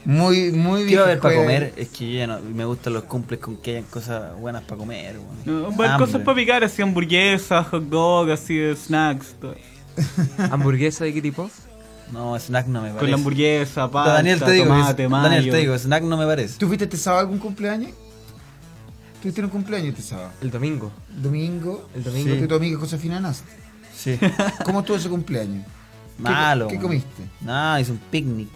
[SPEAKER 5] Muy, muy
[SPEAKER 4] ¿Qué
[SPEAKER 5] bien.
[SPEAKER 4] va a haber para comer? Es que yo ya no, me gustan los cumples con que hayan cosas buenas para comer. weón.
[SPEAKER 1] No, va a haber
[SPEAKER 4] Hambre.
[SPEAKER 1] cosas para picar, así hamburguesas, hot dog, así snacks. todo.
[SPEAKER 2] ¿Hamburguesa de qué tipo?
[SPEAKER 4] No, snack no me parece.
[SPEAKER 1] Con la hamburguesa,
[SPEAKER 4] Puta,
[SPEAKER 1] pasta,
[SPEAKER 4] Daniel te digo, que-
[SPEAKER 1] tomate, mayo.
[SPEAKER 4] Daniel te digo, snack no me parece.
[SPEAKER 5] ¿Tú fuiste este sábado a algún cumpleaños? ¿Tuviste un cumpleaños este sábado?
[SPEAKER 2] El domingo.
[SPEAKER 5] ¿Domingo?
[SPEAKER 2] El domingo.
[SPEAKER 5] ¿Tú y tu amiga Josefina Nast?
[SPEAKER 4] Sí.
[SPEAKER 5] ¿Cómo estuvo ese cumpleaños? ¿Qué-
[SPEAKER 4] Malo.
[SPEAKER 5] ¿Qué,
[SPEAKER 4] weón.
[SPEAKER 5] comiste?
[SPEAKER 4] No, hice un picnic.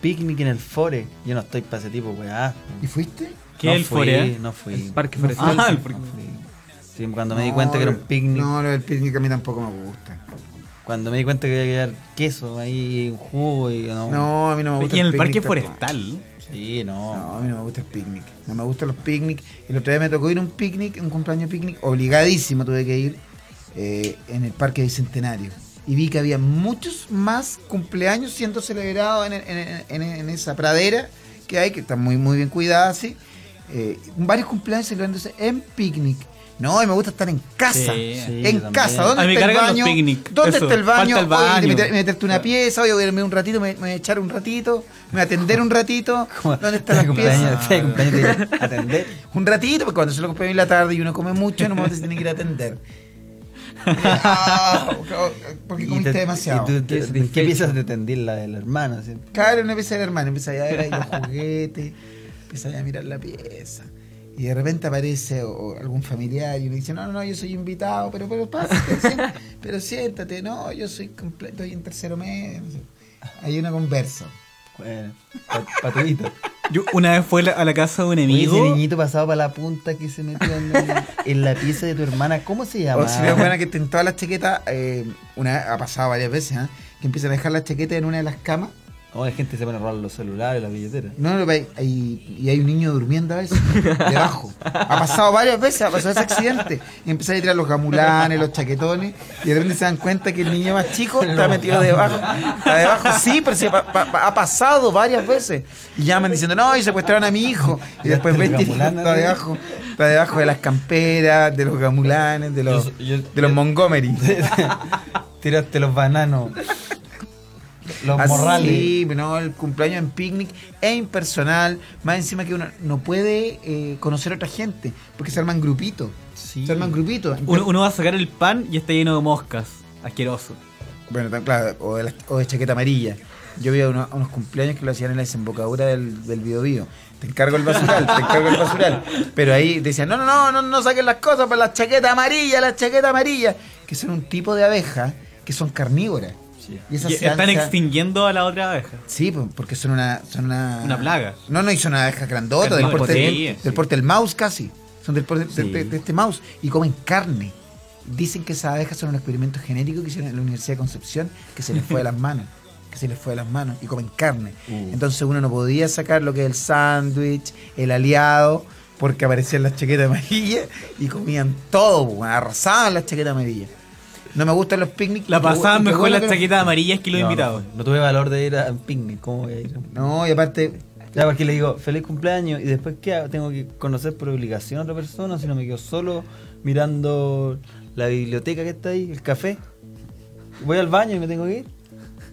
[SPEAKER 4] Picnic en el fore. Yo no estoy para ese tipo, weá.
[SPEAKER 5] ¿Y fuiste?
[SPEAKER 1] ¿Qué
[SPEAKER 4] no
[SPEAKER 1] el
[SPEAKER 4] fui,
[SPEAKER 1] fore, eh?
[SPEAKER 4] No fui.
[SPEAKER 2] El parque
[SPEAKER 1] Ah,
[SPEAKER 2] forestal.
[SPEAKER 1] el por-
[SPEAKER 4] No fui. Sí, cuando me di
[SPEAKER 5] No,
[SPEAKER 4] cuenta que era un
[SPEAKER 5] lo-
[SPEAKER 4] picnic.
[SPEAKER 5] No, lo del picnic a mí tampoco me gusta.
[SPEAKER 4] Cuando me di cuenta que iba a quedar queso ahí, un jugo y no.
[SPEAKER 5] No, a mí no me gusta
[SPEAKER 1] Y en el parque
[SPEAKER 5] picnic tampoco.
[SPEAKER 1] forestal.
[SPEAKER 4] Sí, no.
[SPEAKER 5] No, a mí no me gusta el picnic. No me gustan los picnic. El otro día me tocó ir a un picnic, un cumpleaños picnic, obligadísimo tuve que ir eh, en el Parque Bicentenario. Y vi que había muchos más cumpleaños siendo celebrados en, en- en- en esa pradera que hay, que está muy, muy bien cuidada, sí. Eh, varios cumpleaños celebrándose en picnic. No, y me gusta estar en casa.
[SPEAKER 1] Sí, sí,
[SPEAKER 5] en
[SPEAKER 4] también.
[SPEAKER 5] casa. ¿Dónde
[SPEAKER 1] A mí
[SPEAKER 5] está el
[SPEAKER 1] cargan los
[SPEAKER 5] baño?
[SPEAKER 1] picnic.
[SPEAKER 5] ¿Dónde
[SPEAKER 1] Eso,
[SPEAKER 5] está el baño?
[SPEAKER 1] falta el
[SPEAKER 5] Oye,
[SPEAKER 1] baño.
[SPEAKER 5] meter- meterte una pieza, oye, voy a dormir un ratito, me, me voy a echar un ratito, me voy a atender un ratito.
[SPEAKER 4] Como-
[SPEAKER 5] ¿Dónde están las
[SPEAKER 4] cumpleaños?
[SPEAKER 5] piezas?
[SPEAKER 4] Sí, cumpleaños de- atender.
[SPEAKER 5] Un ratito, porque cuando se lo compré en la tarde y uno come mucho, en un momento se tiene que ir a atender. Ah, porque
[SPEAKER 4] Y
[SPEAKER 5] comiste
[SPEAKER 4] te-
[SPEAKER 5] demasiado.
[SPEAKER 4] y tú te-
[SPEAKER 2] Qué
[SPEAKER 4] ¿En qué
[SPEAKER 2] satisfecho.
[SPEAKER 4] piensas de tender la de la hermana? sí?
[SPEAKER 5] Claro, uno empieza a ver, hermano, empieza a ver ahí los juguetes, empieza a mirar la pieza. Y de repente aparece o- o algún familiar y uno dice, no, no, no, yo soy invitado, pero, pero pásate, sí, pero siéntate, no, yo soy completo, estoy en tercero mes. no sé. Hay una conversa.
[SPEAKER 4] Bueno, pa- patuito.
[SPEAKER 1] Yo una vez fue la- a la casa de un
[SPEAKER 4] Oye, ese
[SPEAKER 1] amigo.
[SPEAKER 4] niñito pasado para la punta que se metió en, en la pieza de tu hermana, ¿cómo se llama?
[SPEAKER 5] O si la buena que está en todas las chaquetas, eh, una vez- ha pasado varias veces, ¿ah? que empiezan a dejar las chaquetas en una de las camas.
[SPEAKER 4] Oh, la gente se pone a robar los celulares, las billeteras.
[SPEAKER 5] No, no, hay- hay- y hay un niño durmiendo a veces, debajo. Ha pasado varias veces, ha pasado ese accidente. Y empiezan a tirar los gamulanes, los chaquetones, y de repente se dan cuenta que el niño más chico está metido debajo. Está debajo, sí, pero sí, pa- pa- pa- ha pasado varias veces. Y llaman diciendo, no, y secuestraron a mi hijo. Y después ves, que está debajo, está debajo de las camperas, de los gamulanes, de los,
[SPEAKER 4] Yo- yo-
[SPEAKER 5] de los Montgomery.
[SPEAKER 4] Tiraste los bananos. Los
[SPEAKER 5] Así,
[SPEAKER 4] morrales.
[SPEAKER 5] no, el cumpleaños en picnic es impersonal. Más encima que uno no puede eh, conocer a otra gente, porque se arman grupitos.
[SPEAKER 4] Sí.
[SPEAKER 5] Se arman grupitos.
[SPEAKER 1] Uno, uno va a sacar el pan y está lleno de moscas. Asqueroso.
[SPEAKER 5] Bueno, tan claro, o de, las- o de chaqueta amarilla. Yo vi a uno- a unos cumpleaños que lo hacían en la desembocadura del, del biodío. Te encargo el basural, te encargo el basural. Pero ahí decían, no, no, no, no, no saquen las cosas para la chaqueta amarilla, la chaqueta amarilla. Que son un tipo de abejas que son carnívoras.
[SPEAKER 4] Sí.
[SPEAKER 5] Y esas
[SPEAKER 1] Y
[SPEAKER 5] se dan-
[SPEAKER 1] están
[SPEAKER 5] se dan-
[SPEAKER 1] extinguiendo a la otra abeja.
[SPEAKER 5] Sí, po- porque son una, son una...
[SPEAKER 1] Una plaga.
[SPEAKER 5] No, no, y son una abeja grandota, del
[SPEAKER 1] Carnívoras,
[SPEAKER 5] porte,
[SPEAKER 1] sí,
[SPEAKER 5] del,
[SPEAKER 1] sí.
[SPEAKER 5] del porte del mouse casi. Son del porte de- de, de este mouse. Y comen carne. Dicen que esas abejas son un experimento genético que hicieron en la Universidad de Concepción que se les fue de las manos. Que se les fue de las manos y comen carne.
[SPEAKER 1] Uh.
[SPEAKER 5] Entonces uno no podía sacar lo que es el sándwich, el aliado, porque aparecían las chaquetas amarillas y comían todo, po, arrasaban las chaquetas amarillas. No me gustan los picnics.
[SPEAKER 1] La
[SPEAKER 5] y qué bu-
[SPEAKER 1] pasaban
[SPEAKER 5] y qué
[SPEAKER 1] mejor
[SPEAKER 5] bueno
[SPEAKER 1] las
[SPEAKER 5] que los-
[SPEAKER 1] chaquetas amarillas que los invitados.
[SPEAKER 4] No, tuve valor de ir a un picnic, ¿cómo voy a ir?
[SPEAKER 5] No, y aparte,
[SPEAKER 4] Ya, porque le digo, feliz cumpleaños, y después ¿qué hago? Tengo que conocer por obligación a otra persona, si no me quedo solo mirando la biblioteca que está ahí, el café. Voy al baño y me tengo que ir.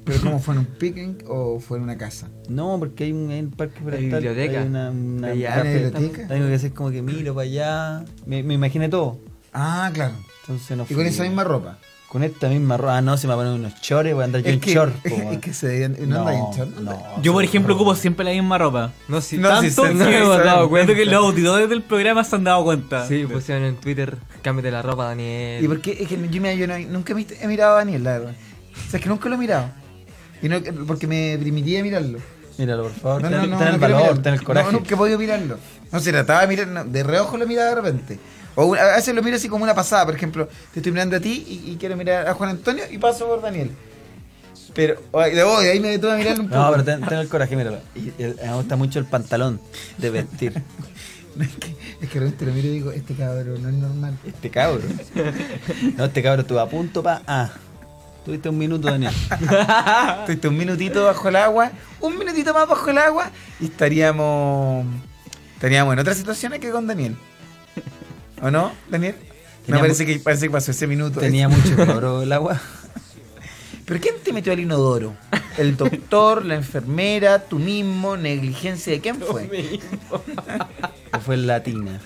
[SPEAKER 5] ¿Pero cómo fue en un picnic o fue en una casa?
[SPEAKER 4] No, porque hay un, hay un parque forestal,
[SPEAKER 2] biblioteca.
[SPEAKER 4] Hay una, una-
[SPEAKER 2] Hay
[SPEAKER 5] ¿En la
[SPEAKER 2] Café.
[SPEAKER 5] biblioteca?
[SPEAKER 4] Tengo que hacer como que miro para allá. Me, me imaginé todo.
[SPEAKER 5] Ah, claro.
[SPEAKER 4] Entonces no
[SPEAKER 5] Y con
[SPEAKER 4] fui.
[SPEAKER 5] esa misma ropa.
[SPEAKER 4] Con esta misma ropa. Ah, no, se me van a poner unos chores, voy a andar yo en
[SPEAKER 5] que,
[SPEAKER 4] short. po,
[SPEAKER 5] es
[SPEAKER 4] weón.
[SPEAKER 5] que se debían. ¿No, andan en short?
[SPEAKER 4] no.
[SPEAKER 1] Yo, por ejemplo, ocupo siempre la misma ropa.
[SPEAKER 2] No, si,
[SPEAKER 5] No,
[SPEAKER 1] Tanto
[SPEAKER 5] sí,
[SPEAKER 1] que
[SPEAKER 5] sí, sí,
[SPEAKER 1] no
[SPEAKER 5] sí,
[SPEAKER 1] hemos
[SPEAKER 5] sí.
[SPEAKER 1] dado cuenta que los auditores del programa se han dado cuenta.
[SPEAKER 2] Sí,
[SPEAKER 5] pues,
[SPEAKER 2] pusieron en Twitter, cámbiate la ropa, Daniel.
[SPEAKER 5] ¿Y por qué? Es que yo, mira, yo no- nunca me- he mirado a Daniel, la verdad. O sea, es que nunca lo he mirado. Y no, porque me permitía mirarlo.
[SPEAKER 4] Míralo, por favor.
[SPEAKER 5] No,
[SPEAKER 4] ten,
[SPEAKER 5] no, no.
[SPEAKER 4] ten el
[SPEAKER 5] no quiero
[SPEAKER 4] valor,
[SPEAKER 5] mirarlo.
[SPEAKER 4] ten el coraje.
[SPEAKER 5] No, nunca he podido mirarlo. No se trataba de mirar, no, de reojo lo miraba de repente. O una- a veces lo miro así como una pasada, por ejemplo, te estoy mirando a ti y, y quiero mirar a Juan Antonio y paso por Daniel. Pero, ay, de oh, de ahí me detuve a mirarlo un poco.
[SPEAKER 4] No, pero ten, ten el coraje, míralo. Y, y- me gusta mucho el pantalón de vestir.
[SPEAKER 5] Es que, es que de repente lo miro y digo, este cabrón no es normal.
[SPEAKER 4] Este cabro. No, este cabro estuvo a punto para. Ah, tuviste un minuto, Daniel. Ah.
[SPEAKER 5] Estuviste un minutito bajo el agua, un minutito más bajo el agua y estaríamos, estaríamos en otras situaciones que con Daniel. ¿O no, Daniel? Me
[SPEAKER 4] Tenía
[SPEAKER 5] parece
[SPEAKER 4] mu-
[SPEAKER 5] que, parece que pasó ese minuto.
[SPEAKER 4] Tenía mucho cloro el agua.
[SPEAKER 5] ¿Pero quién te metió al inodoro? ¿El doctor, la enfermera, tú mismo, negligencia de quién fue?
[SPEAKER 4] O fue en latina.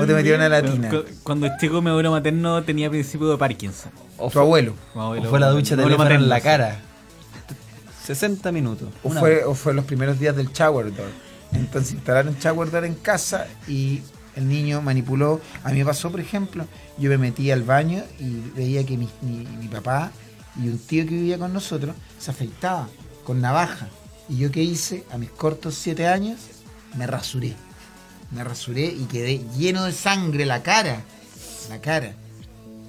[SPEAKER 5] ¿O te metieron a la tina?
[SPEAKER 1] Cu- Cuando chico mi abuelo materno tenía principio de Parkinson.
[SPEAKER 4] O
[SPEAKER 5] ¿Tu abuelo?
[SPEAKER 1] Mi
[SPEAKER 4] O
[SPEAKER 1] abuelo-
[SPEAKER 4] fue la ducha
[SPEAKER 1] mi
[SPEAKER 4] de
[SPEAKER 1] abuelo
[SPEAKER 4] teléfono
[SPEAKER 1] materno,
[SPEAKER 4] en la
[SPEAKER 1] sí.
[SPEAKER 4] cara. 60 minutos.
[SPEAKER 5] ¿O
[SPEAKER 4] Una
[SPEAKER 5] fue, o fue los primeros días del shower door? Entonces instalaron shower door en casa y el niño manipuló. A mí me pasó, por ejemplo, yo me metí al baño y veía que mi, mi- mi papá y un tío que vivía con nosotros se afeitaba con navaja. ¿Y yo qué hice? A mis cortos siete años me rasuré. Me rasuré y quedé lleno de sangre la cara. La cara.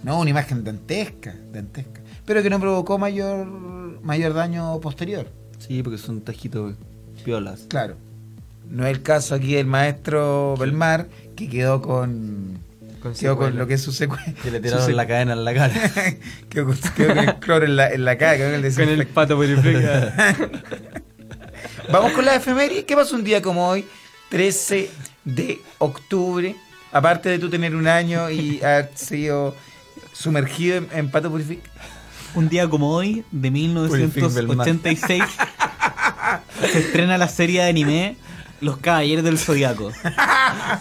[SPEAKER 5] No, una imagen dantesca, dantesca. Pero que no provocó mayor, mayor daño posterior.
[SPEAKER 4] Sí, porque son tajitos piolas.
[SPEAKER 5] Claro. No es el caso aquí del maestro Belmar, que quedó con.
[SPEAKER 2] Con
[SPEAKER 5] quedó con
[SPEAKER 2] secuela.
[SPEAKER 5] lo que es su secuela.
[SPEAKER 4] Que le tiraron la cadena en la cara.
[SPEAKER 5] quedó, con, quedó con el cloro en la, en la cara, quedó con el
[SPEAKER 2] Con el
[SPEAKER 5] desinfectante.
[SPEAKER 2] pato purifrica.
[SPEAKER 5] Vamos con la efeméride. ¿Qué pasó un día como hoy? 13 de octubre. Aparte de tú tener un año y haber sido sumergido en, en pato purific.
[SPEAKER 1] Un día como hoy, de
[SPEAKER 4] del mar.
[SPEAKER 1] 1986, se estrena la serie de anime Los Caballeros del Zodiaco.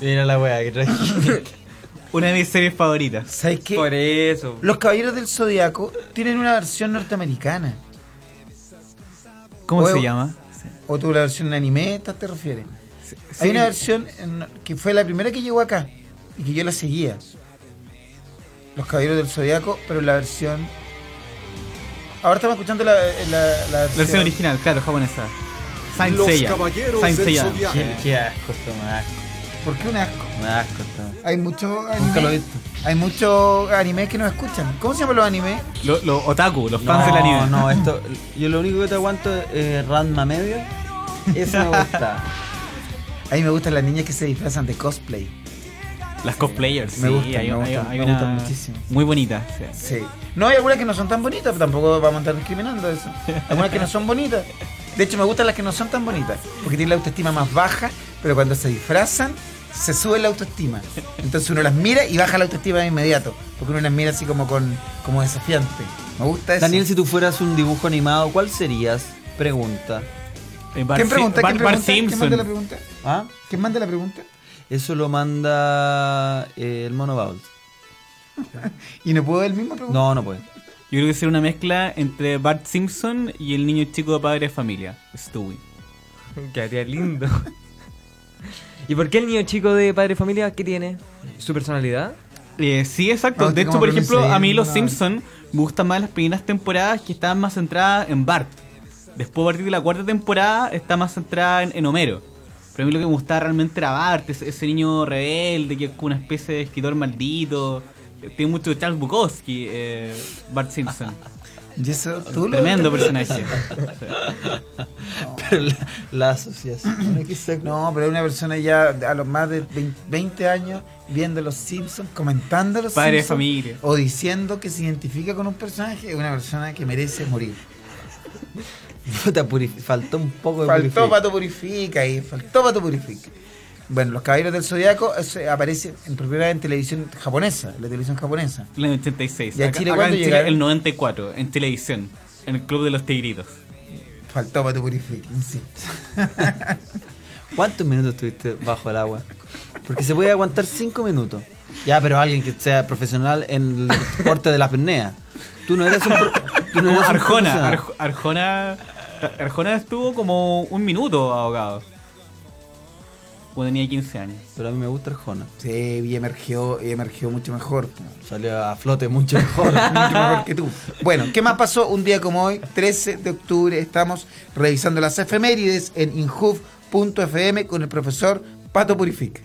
[SPEAKER 4] Mira la wea que traje.
[SPEAKER 1] Una de mis series favoritas.
[SPEAKER 5] ¿Sabes qué?
[SPEAKER 2] Por eso.
[SPEAKER 5] Los Caballeros del Zodiaco tienen una versión norteamericana.
[SPEAKER 1] ¿Cómo
[SPEAKER 5] Huevo.
[SPEAKER 1] se llama?
[SPEAKER 5] ¿O tú la versión en anime? ¿Esta te refieres? Hay una versión en- que fue la primera que llegó acá y que yo la seguía. Los Caballeros del Zodiaco, pero la versión. Ahora estamos escuchando la, la- la
[SPEAKER 1] La versión original, claro, japonesa. Saint
[SPEAKER 6] Los
[SPEAKER 1] Seiya.
[SPEAKER 6] Caballeros
[SPEAKER 1] Saint
[SPEAKER 6] del
[SPEAKER 1] Seiya.
[SPEAKER 6] Zodiaco.
[SPEAKER 4] Qué, qué asco esto, me da asco.
[SPEAKER 5] ¿Por qué un asco?
[SPEAKER 4] Me da asco esto.
[SPEAKER 5] Hay muchos
[SPEAKER 4] Nunca lo he
[SPEAKER 5] animes
[SPEAKER 4] visto.
[SPEAKER 5] hay muchos animes que nos escuchan. ¿Cómo se llaman los animes?
[SPEAKER 1] Lo- Los otaku, los fans del anime.
[SPEAKER 4] no, esto. Yo lo único que te aguanto es eh, Ranma medio. Eso me gusta.
[SPEAKER 5] A mí me gustan las niñas que se disfrazan de cosplay.
[SPEAKER 1] Las cosplayers.
[SPEAKER 5] Me
[SPEAKER 1] sí,
[SPEAKER 5] gustan,
[SPEAKER 1] hay-
[SPEAKER 5] me
[SPEAKER 1] hay-
[SPEAKER 5] gustan,
[SPEAKER 1] hay
[SPEAKER 5] me
[SPEAKER 1] una
[SPEAKER 5] gustan muchísimo.
[SPEAKER 1] Muy bonita. sí.
[SPEAKER 5] Sí. No, hay algunas que no son tan bonitas, pero tampoco vamos a estar discriminando eso. Algunas que no son bonitas. De hecho, me gustan las que no son tan bonitas, porque tienen la autoestima más baja, pero cuando se disfrazan, se sube la autoestima. Entonces uno las mira y baja la autoestima de inmediato, porque uno las mira así como con como desafiante. Me gusta eso.
[SPEAKER 4] Daniel, si tú fueras un dibujo animado, ¿cuál serías? Pregunta.
[SPEAKER 1] Eh, Bart
[SPEAKER 5] ¿Quién
[SPEAKER 1] Si-
[SPEAKER 5] pregunta?
[SPEAKER 1] Bart- Bart
[SPEAKER 5] ¿Quién pregunta? ¿Quién manda la
[SPEAKER 1] Simpson.
[SPEAKER 5] pregunta?
[SPEAKER 4] ¿Ah?
[SPEAKER 5] ¿Quién manda la pregunta?
[SPEAKER 4] Eso lo manda eh, el Mono Baul.
[SPEAKER 5] ¿Y no puedo el mismo preguntar?
[SPEAKER 4] No, no puede.
[SPEAKER 1] Yo creo que sería una mezcla entre Bart Simpson y el niño chico de padre de familia, Stewie.
[SPEAKER 2] Quedaría lindo. ¿Y por qué el niño chico de padre de familia? ¿Qué tiene? ¿Su personalidad?
[SPEAKER 1] Eh, sí, exacto.
[SPEAKER 5] No,
[SPEAKER 1] de
[SPEAKER 5] que
[SPEAKER 1] hecho,
[SPEAKER 5] como
[SPEAKER 1] por
[SPEAKER 5] pronuncia
[SPEAKER 1] ejemplo,
[SPEAKER 5] bien,
[SPEAKER 1] a mí Los
[SPEAKER 5] no.
[SPEAKER 1] Simpson me gustan más las primeras temporadas que estaban más centradas en Bart. Después, a partir de la cuarta temporada, está más centrada en, en Homero. Pero a mí lo que me gustaba realmente era Bart, ese, ese niño rebelde que es como una especie de escritor maldito. Tiene mucho de Charles Bukowski, eh, Bart Simpson.
[SPEAKER 5] ¿Y eso tú lo-
[SPEAKER 1] Tremendo personaje.
[SPEAKER 4] Pero la, la asociación. aquí se-
[SPEAKER 5] No, pero una persona ya a los más de 20 20 años viendo los Simpsons, comentando los
[SPEAKER 1] Padre de
[SPEAKER 5] Simpsons,
[SPEAKER 1] familia.
[SPEAKER 5] o diciendo que se identifica con un personaje, es una persona que merece morir.
[SPEAKER 4] Puta, puri- faltó un poco de
[SPEAKER 5] Faltó
[SPEAKER 4] purific-
[SPEAKER 5] Pato Purifica y faltó Pato Purifica. Bueno, los Caballeros del Zodiaco es- eh, aparecen en primera en televisión japonesa, la televisión japonesa.
[SPEAKER 1] El año 86.
[SPEAKER 5] ¿Y a
[SPEAKER 1] Acá-
[SPEAKER 5] Chile
[SPEAKER 1] acá
[SPEAKER 5] cuándo
[SPEAKER 1] en
[SPEAKER 5] llegaron?
[SPEAKER 1] el 94, en televisión, en el Club de los Tigritos.
[SPEAKER 5] Faltó Pato Purifica, insisto.
[SPEAKER 4] ¿Cuántos minutos estuviste bajo el agua? Porque se puede aguantar 5 minutos. Ya, pero alguien que sea profesional en el deporte de la apnea. Tú no eres un. pro- tú no
[SPEAKER 1] Como
[SPEAKER 4] eres un
[SPEAKER 1] Arjona,
[SPEAKER 4] profesional.
[SPEAKER 1] Arj- Arjona, Arjona estuvo como un minuto ahogado. Cuando tenía 15 años.
[SPEAKER 4] Pero a mí me gusta Arjona.
[SPEAKER 5] Sí, y emergió, y emergió mucho mejor.
[SPEAKER 4] Salió a flote mucho mejor.
[SPEAKER 5] mucho mejor que tú. Bueno, ¿qué más pasó un día como hoy? 13 de octubre estamos revisando las efemérides en inhoof.fm con el profesor Pato Purific.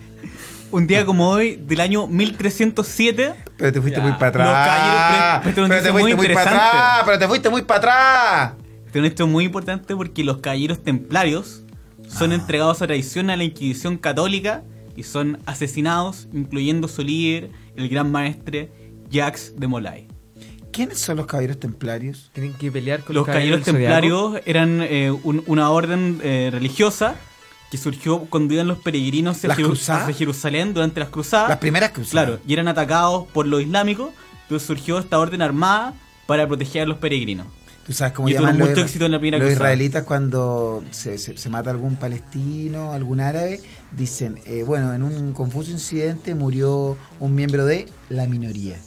[SPEAKER 1] Un día como hoy, del año 1307,
[SPEAKER 5] Pero te fuiste muy para
[SPEAKER 1] Los
[SPEAKER 5] atrás.
[SPEAKER 1] caballeros, pero- pero
[SPEAKER 5] Pero te
[SPEAKER 1] noticia muy
[SPEAKER 5] fuiste muy para
[SPEAKER 1] interesante.
[SPEAKER 5] atrás. Pero te fuiste muy para atrás.
[SPEAKER 1] este es un hecho muy importante porque los caballeros templarios son entregados a traición a la Inquisición católica y son asesinados, incluyendo su líder, el gran maestre Jacques de Molay.
[SPEAKER 5] ¿Quiénes son los caballeros templarios?
[SPEAKER 2] Tienen que pelear con
[SPEAKER 1] Los caballeros
[SPEAKER 2] del Zodiaco.
[SPEAKER 1] templarios eran eh, un- una orden eh, religiosa que surgió cuando iban los peregrinos hacia,
[SPEAKER 5] ¿Las
[SPEAKER 1] Jeru-
[SPEAKER 5] cruzadas?
[SPEAKER 1] hacia Jerusalén durante las cruzadas.
[SPEAKER 5] Las primeras cruzadas.
[SPEAKER 1] Ah. Claro, y eran atacados por los islámicos. Entonces surgió esta orden armada para proteger a los peregrinos.
[SPEAKER 5] Tú sabes cómo
[SPEAKER 1] Y tuvo
[SPEAKER 5] llaman los,
[SPEAKER 1] mucho
[SPEAKER 5] isra-
[SPEAKER 1] éxito en la primera
[SPEAKER 5] los
[SPEAKER 1] cruzada.
[SPEAKER 5] israelitas cuando se, se- se mata algún palestino, algún árabe, dicen, eh, bueno, en un confuso incidente murió un miembro de la minoría.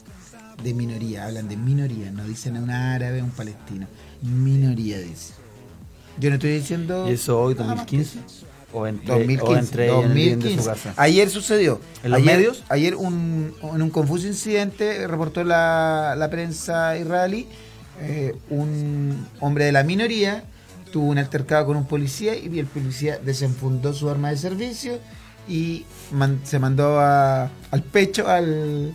[SPEAKER 5] De minoría, hablan de minoría, no dicen un árabe, un palestino. Minoría dice. Yo no estoy diciendo...
[SPEAKER 4] ¿Y eso hoy,
[SPEAKER 5] nada más que
[SPEAKER 4] 2015?
[SPEAKER 5] eso.
[SPEAKER 4] O entre, o
[SPEAKER 5] 2015.
[SPEAKER 4] entre ellos en el living de su
[SPEAKER 5] 2015.
[SPEAKER 4] casa.
[SPEAKER 5] Ayer sucedió.
[SPEAKER 4] ¿En los
[SPEAKER 5] ayer,
[SPEAKER 4] medios?
[SPEAKER 5] Ayer un, en un confuso incidente reportó la, la prensa israelí eh, un hombre de la minoría tuvo un altercado con un policía y el policía desenfundó su arma de servicio y man- se mandó a- al pecho al,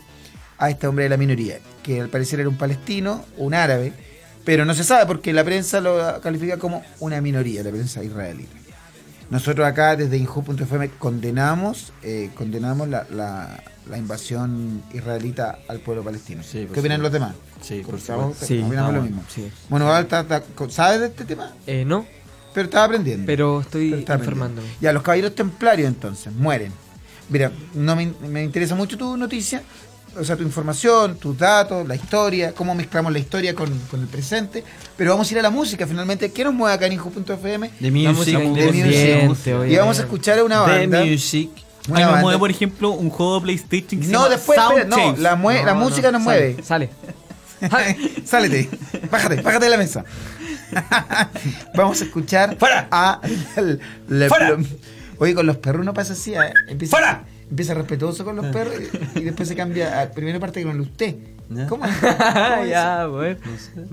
[SPEAKER 5] a este hombre de la minoría, que al parecer era un palestino, un árabe, pero no se sabe porque la prensa lo califica como una minoría, la prensa israelita. Nosotros acá desde Inju.fm condenamos, eh, condenamos la, la- la invasión israelita al pueblo palestino.
[SPEAKER 4] Sí, por
[SPEAKER 5] ¿Qué opinan
[SPEAKER 4] supuesto.
[SPEAKER 5] los demás?
[SPEAKER 4] Sí, por
[SPEAKER 5] Conversamos-
[SPEAKER 2] supuesto. Sí,
[SPEAKER 5] opinamos
[SPEAKER 4] ah,
[SPEAKER 5] lo
[SPEAKER 4] bueno,
[SPEAKER 5] mismo.
[SPEAKER 2] sí.
[SPEAKER 5] Bueno, Val, ta- ta- co- ¿sabes de este tema?
[SPEAKER 2] Eh, no,
[SPEAKER 5] Pero estaba aprendiendo.
[SPEAKER 2] pero
[SPEAKER 5] Pero
[SPEAKER 2] estoy
[SPEAKER 5] estaba Mm. aprendiendo.
[SPEAKER 2] informándome.
[SPEAKER 5] Ya, los caballeros templarios entonces mueren. Mira, no me, in- me interesa mucho tu noticia, o sea, tu información, tus datos, la historia, cómo mezclamos la historia con, con el presente. Pero vamos a ir a la música finalmente. ¿Qué nos mueve acá en Inju.fm?
[SPEAKER 4] De music,
[SPEAKER 2] La música
[SPEAKER 4] de
[SPEAKER 2] independiente,
[SPEAKER 4] music.
[SPEAKER 5] Y vamos a escuchar a una
[SPEAKER 4] The
[SPEAKER 5] banda.
[SPEAKER 4] Music.
[SPEAKER 5] una
[SPEAKER 1] Ahí nos
[SPEAKER 5] banda-
[SPEAKER 1] mueve, por ejemplo, un juego de PlayStation que se
[SPEAKER 5] No,
[SPEAKER 1] llama
[SPEAKER 5] después, espera, no,
[SPEAKER 1] Soundchains.
[SPEAKER 5] la, mue- la
[SPEAKER 2] No, no,
[SPEAKER 5] música nos
[SPEAKER 2] sale,
[SPEAKER 5] mueve.
[SPEAKER 2] Sale.
[SPEAKER 5] Sálete, bájate, bájate de la mesa. Vamos a escuchar a al- le- lo- Oye, con los perros no pasa así. ¿eh? Empieza, Empieza respetuoso con los perros y, y después se cambia a primera parte con el usted.
[SPEAKER 4] ¿Ya?
[SPEAKER 5] ¿Cómo? es? ¿Cómo es?
[SPEAKER 2] ya, bueno.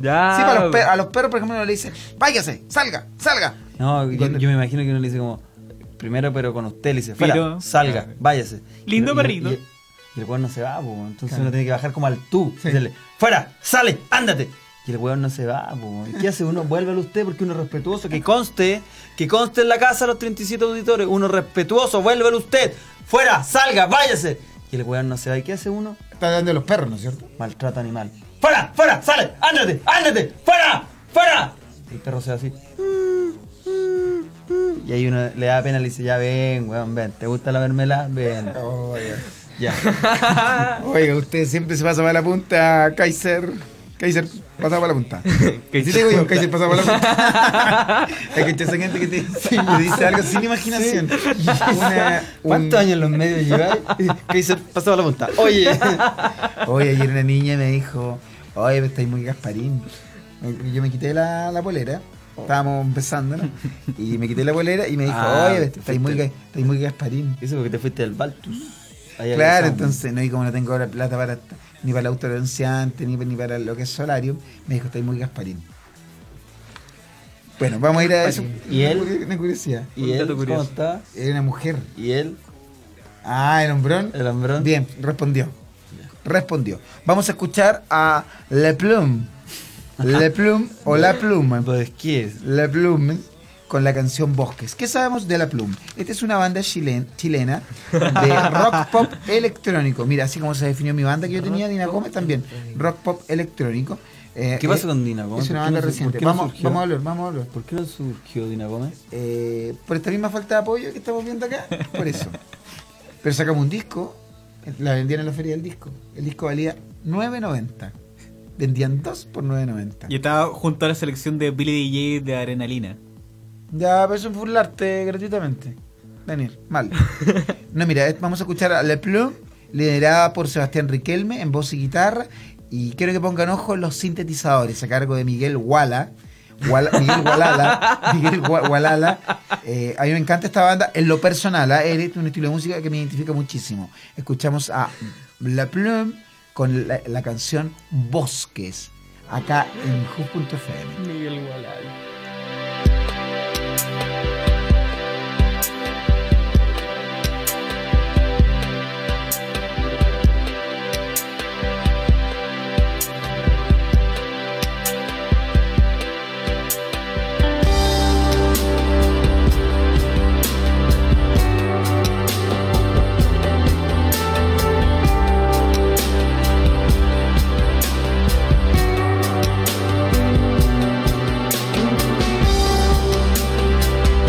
[SPEAKER 2] Ya.
[SPEAKER 5] Sí, para los per- a los perros, por ejemplo, uno le dice, váyase, salga, salga.
[SPEAKER 4] No,
[SPEAKER 5] Y
[SPEAKER 4] yo,
[SPEAKER 5] cuando-
[SPEAKER 4] yo me imagino que uno le dice como, primero pero con usted, le dice, fuera,
[SPEAKER 1] Pero-
[SPEAKER 4] salga, váyase.
[SPEAKER 1] Lindo
[SPEAKER 4] Y- y-
[SPEAKER 1] perrito.
[SPEAKER 4] Y, y el weón no se va, po, entonces uno tiene que bajar como al tú, decirle, fuera, sale, ándate. Y el weón no se va, po. ¿Y ¿qué hace uno? Vuelve al usted porque uno es respetuoso, que conste, que conste en la casa los 37 auditores, uno es respetuoso, vuelve al usted, fuera, salga, váyase. Y el weón no se va, ¿y qué hace uno?
[SPEAKER 5] Está hablando de los perros, ¿no es cierto?
[SPEAKER 4] Maltrato animal. ¡Fuera! ¡Fuera! ¡Sale! ¡Ándate! ¡Ándate! ¡Fuera! ¡Fuera! El perro se va así. Y ahí uno le da pena y le dice, ya ven, weón, ven. ¿Te gusta la mermelada? Ven.
[SPEAKER 5] Oiga,
[SPEAKER 4] Ya.
[SPEAKER 5] Oh, Oiga, usted siempre se pasa para la punta, Kaiser. Kaiser, pasaba para la punta. Sí, te digo yo, Kaiser pasaba por la punta. Hay que esa gente que te dice, le dice algo sin imaginación. Una- un-
[SPEAKER 4] ¿Cuántos años en los medios lleváis? ¿Qué dice? Pasaba la punta. Oye.
[SPEAKER 5] Oye, ayer una niña me dijo, oye, estáis muy gasparín. Me- Yo me quité la, la polera, estábamos empezando, ¿no? Y me quité la polera y me dijo,
[SPEAKER 4] Ah,
[SPEAKER 5] oye,
[SPEAKER 4] te
[SPEAKER 5] estáis muy,
[SPEAKER 4] fuiste.
[SPEAKER 5] ga- estáis muy gasparín.
[SPEAKER 4] Eso porque te fuiste del Baltus. Ahí
[SPEAKER 5] Claro,
[SPEAKER 4] regresamos.
[SPEAKER 5] entonces, no, y como no tengo ahora plata para ni para el auto bronceante, ni, ni para lo que es solarium, me dijo, estoy muy gasparín. Bueno, vamos a ir a eso.
[SPEAKER 4] ¿Y él?
[SPEAKER 5] Una curi- Una curiosidad.
[SPEAKER 4] ¿Y él cómo está?
[SPEAKER 5] Era una mujer.
[SPEAKER 4] ¿Y él?
[SPEAKER 5] Ah, el hombrón.
[SPEAKER 4] ¿El hombrón?
[SPEAKER 5] Bien, respondió. Respondió. Vamos a escuchar a Le Plume. Le Plume o La Pluma.
[SPEAKER 4] Pues, ¿qué es?
[SPEAKER 5] La Plume con la canción Bosques. ¿Qué sabemos de La Plume? Esta es una banda chilen- chilena de rock pop electrónico. Mira, así como se definió mi banda que yo tenía, Dina Gómez también. Rock pop electrónico. Eh,
[SPEAKER 4] ¿Qué pasa
[SPEAKER 5] eh,
[SPEAKER 4] con Dina Gómez?
[SPEAKER 5] Es una
[SPEAKER 4] ¿Por qué
[SPEAKER 5] banda
[SPEAKER 4] no su-
[SPEAKER 5] reciente.
[SPEAKER 4] por qué no
[SPEAKER 5] vamos,
[SPEAKER 4] surgió?
[SPEAKER 5] vamos a hablar, vamos a hablar.
[SPEAKER 4] ¿Por qué no surgió Dina Gómez?
[SPEAKER 5] Eh, por esta misma falta de apoyo que estamos viendo acá, por eso. Pero sacamos un disco, la vendían en la feria del disco. El disco valía 9.90. Vendían dos por 9.90.
[SPEAKER 1] Y estaba junto a la selección de Billy DJ de Adrenalina.
[SPEAKER 5] Ya, pero eso es burlarte gratuitamente. Daniel, mal. No, mira, eh, vamos a escuchar a Le Plume, liderada por Sebastián Riquelme en voz y guitarra. Y quiero que pongan ojo en los sintetizadores a cargo de Miguel Wala. Wala- Miguel Walala. Miguel Gua- Walala. Eh, a mí me encanta esta banda. En lo personal, ¿ah? es un estilo de música que me identifica muchísimo. Escuchamos a Le Plume con la, la canción Bosques, acá en Ju.fm.
[SPEAKER 6] Bosques,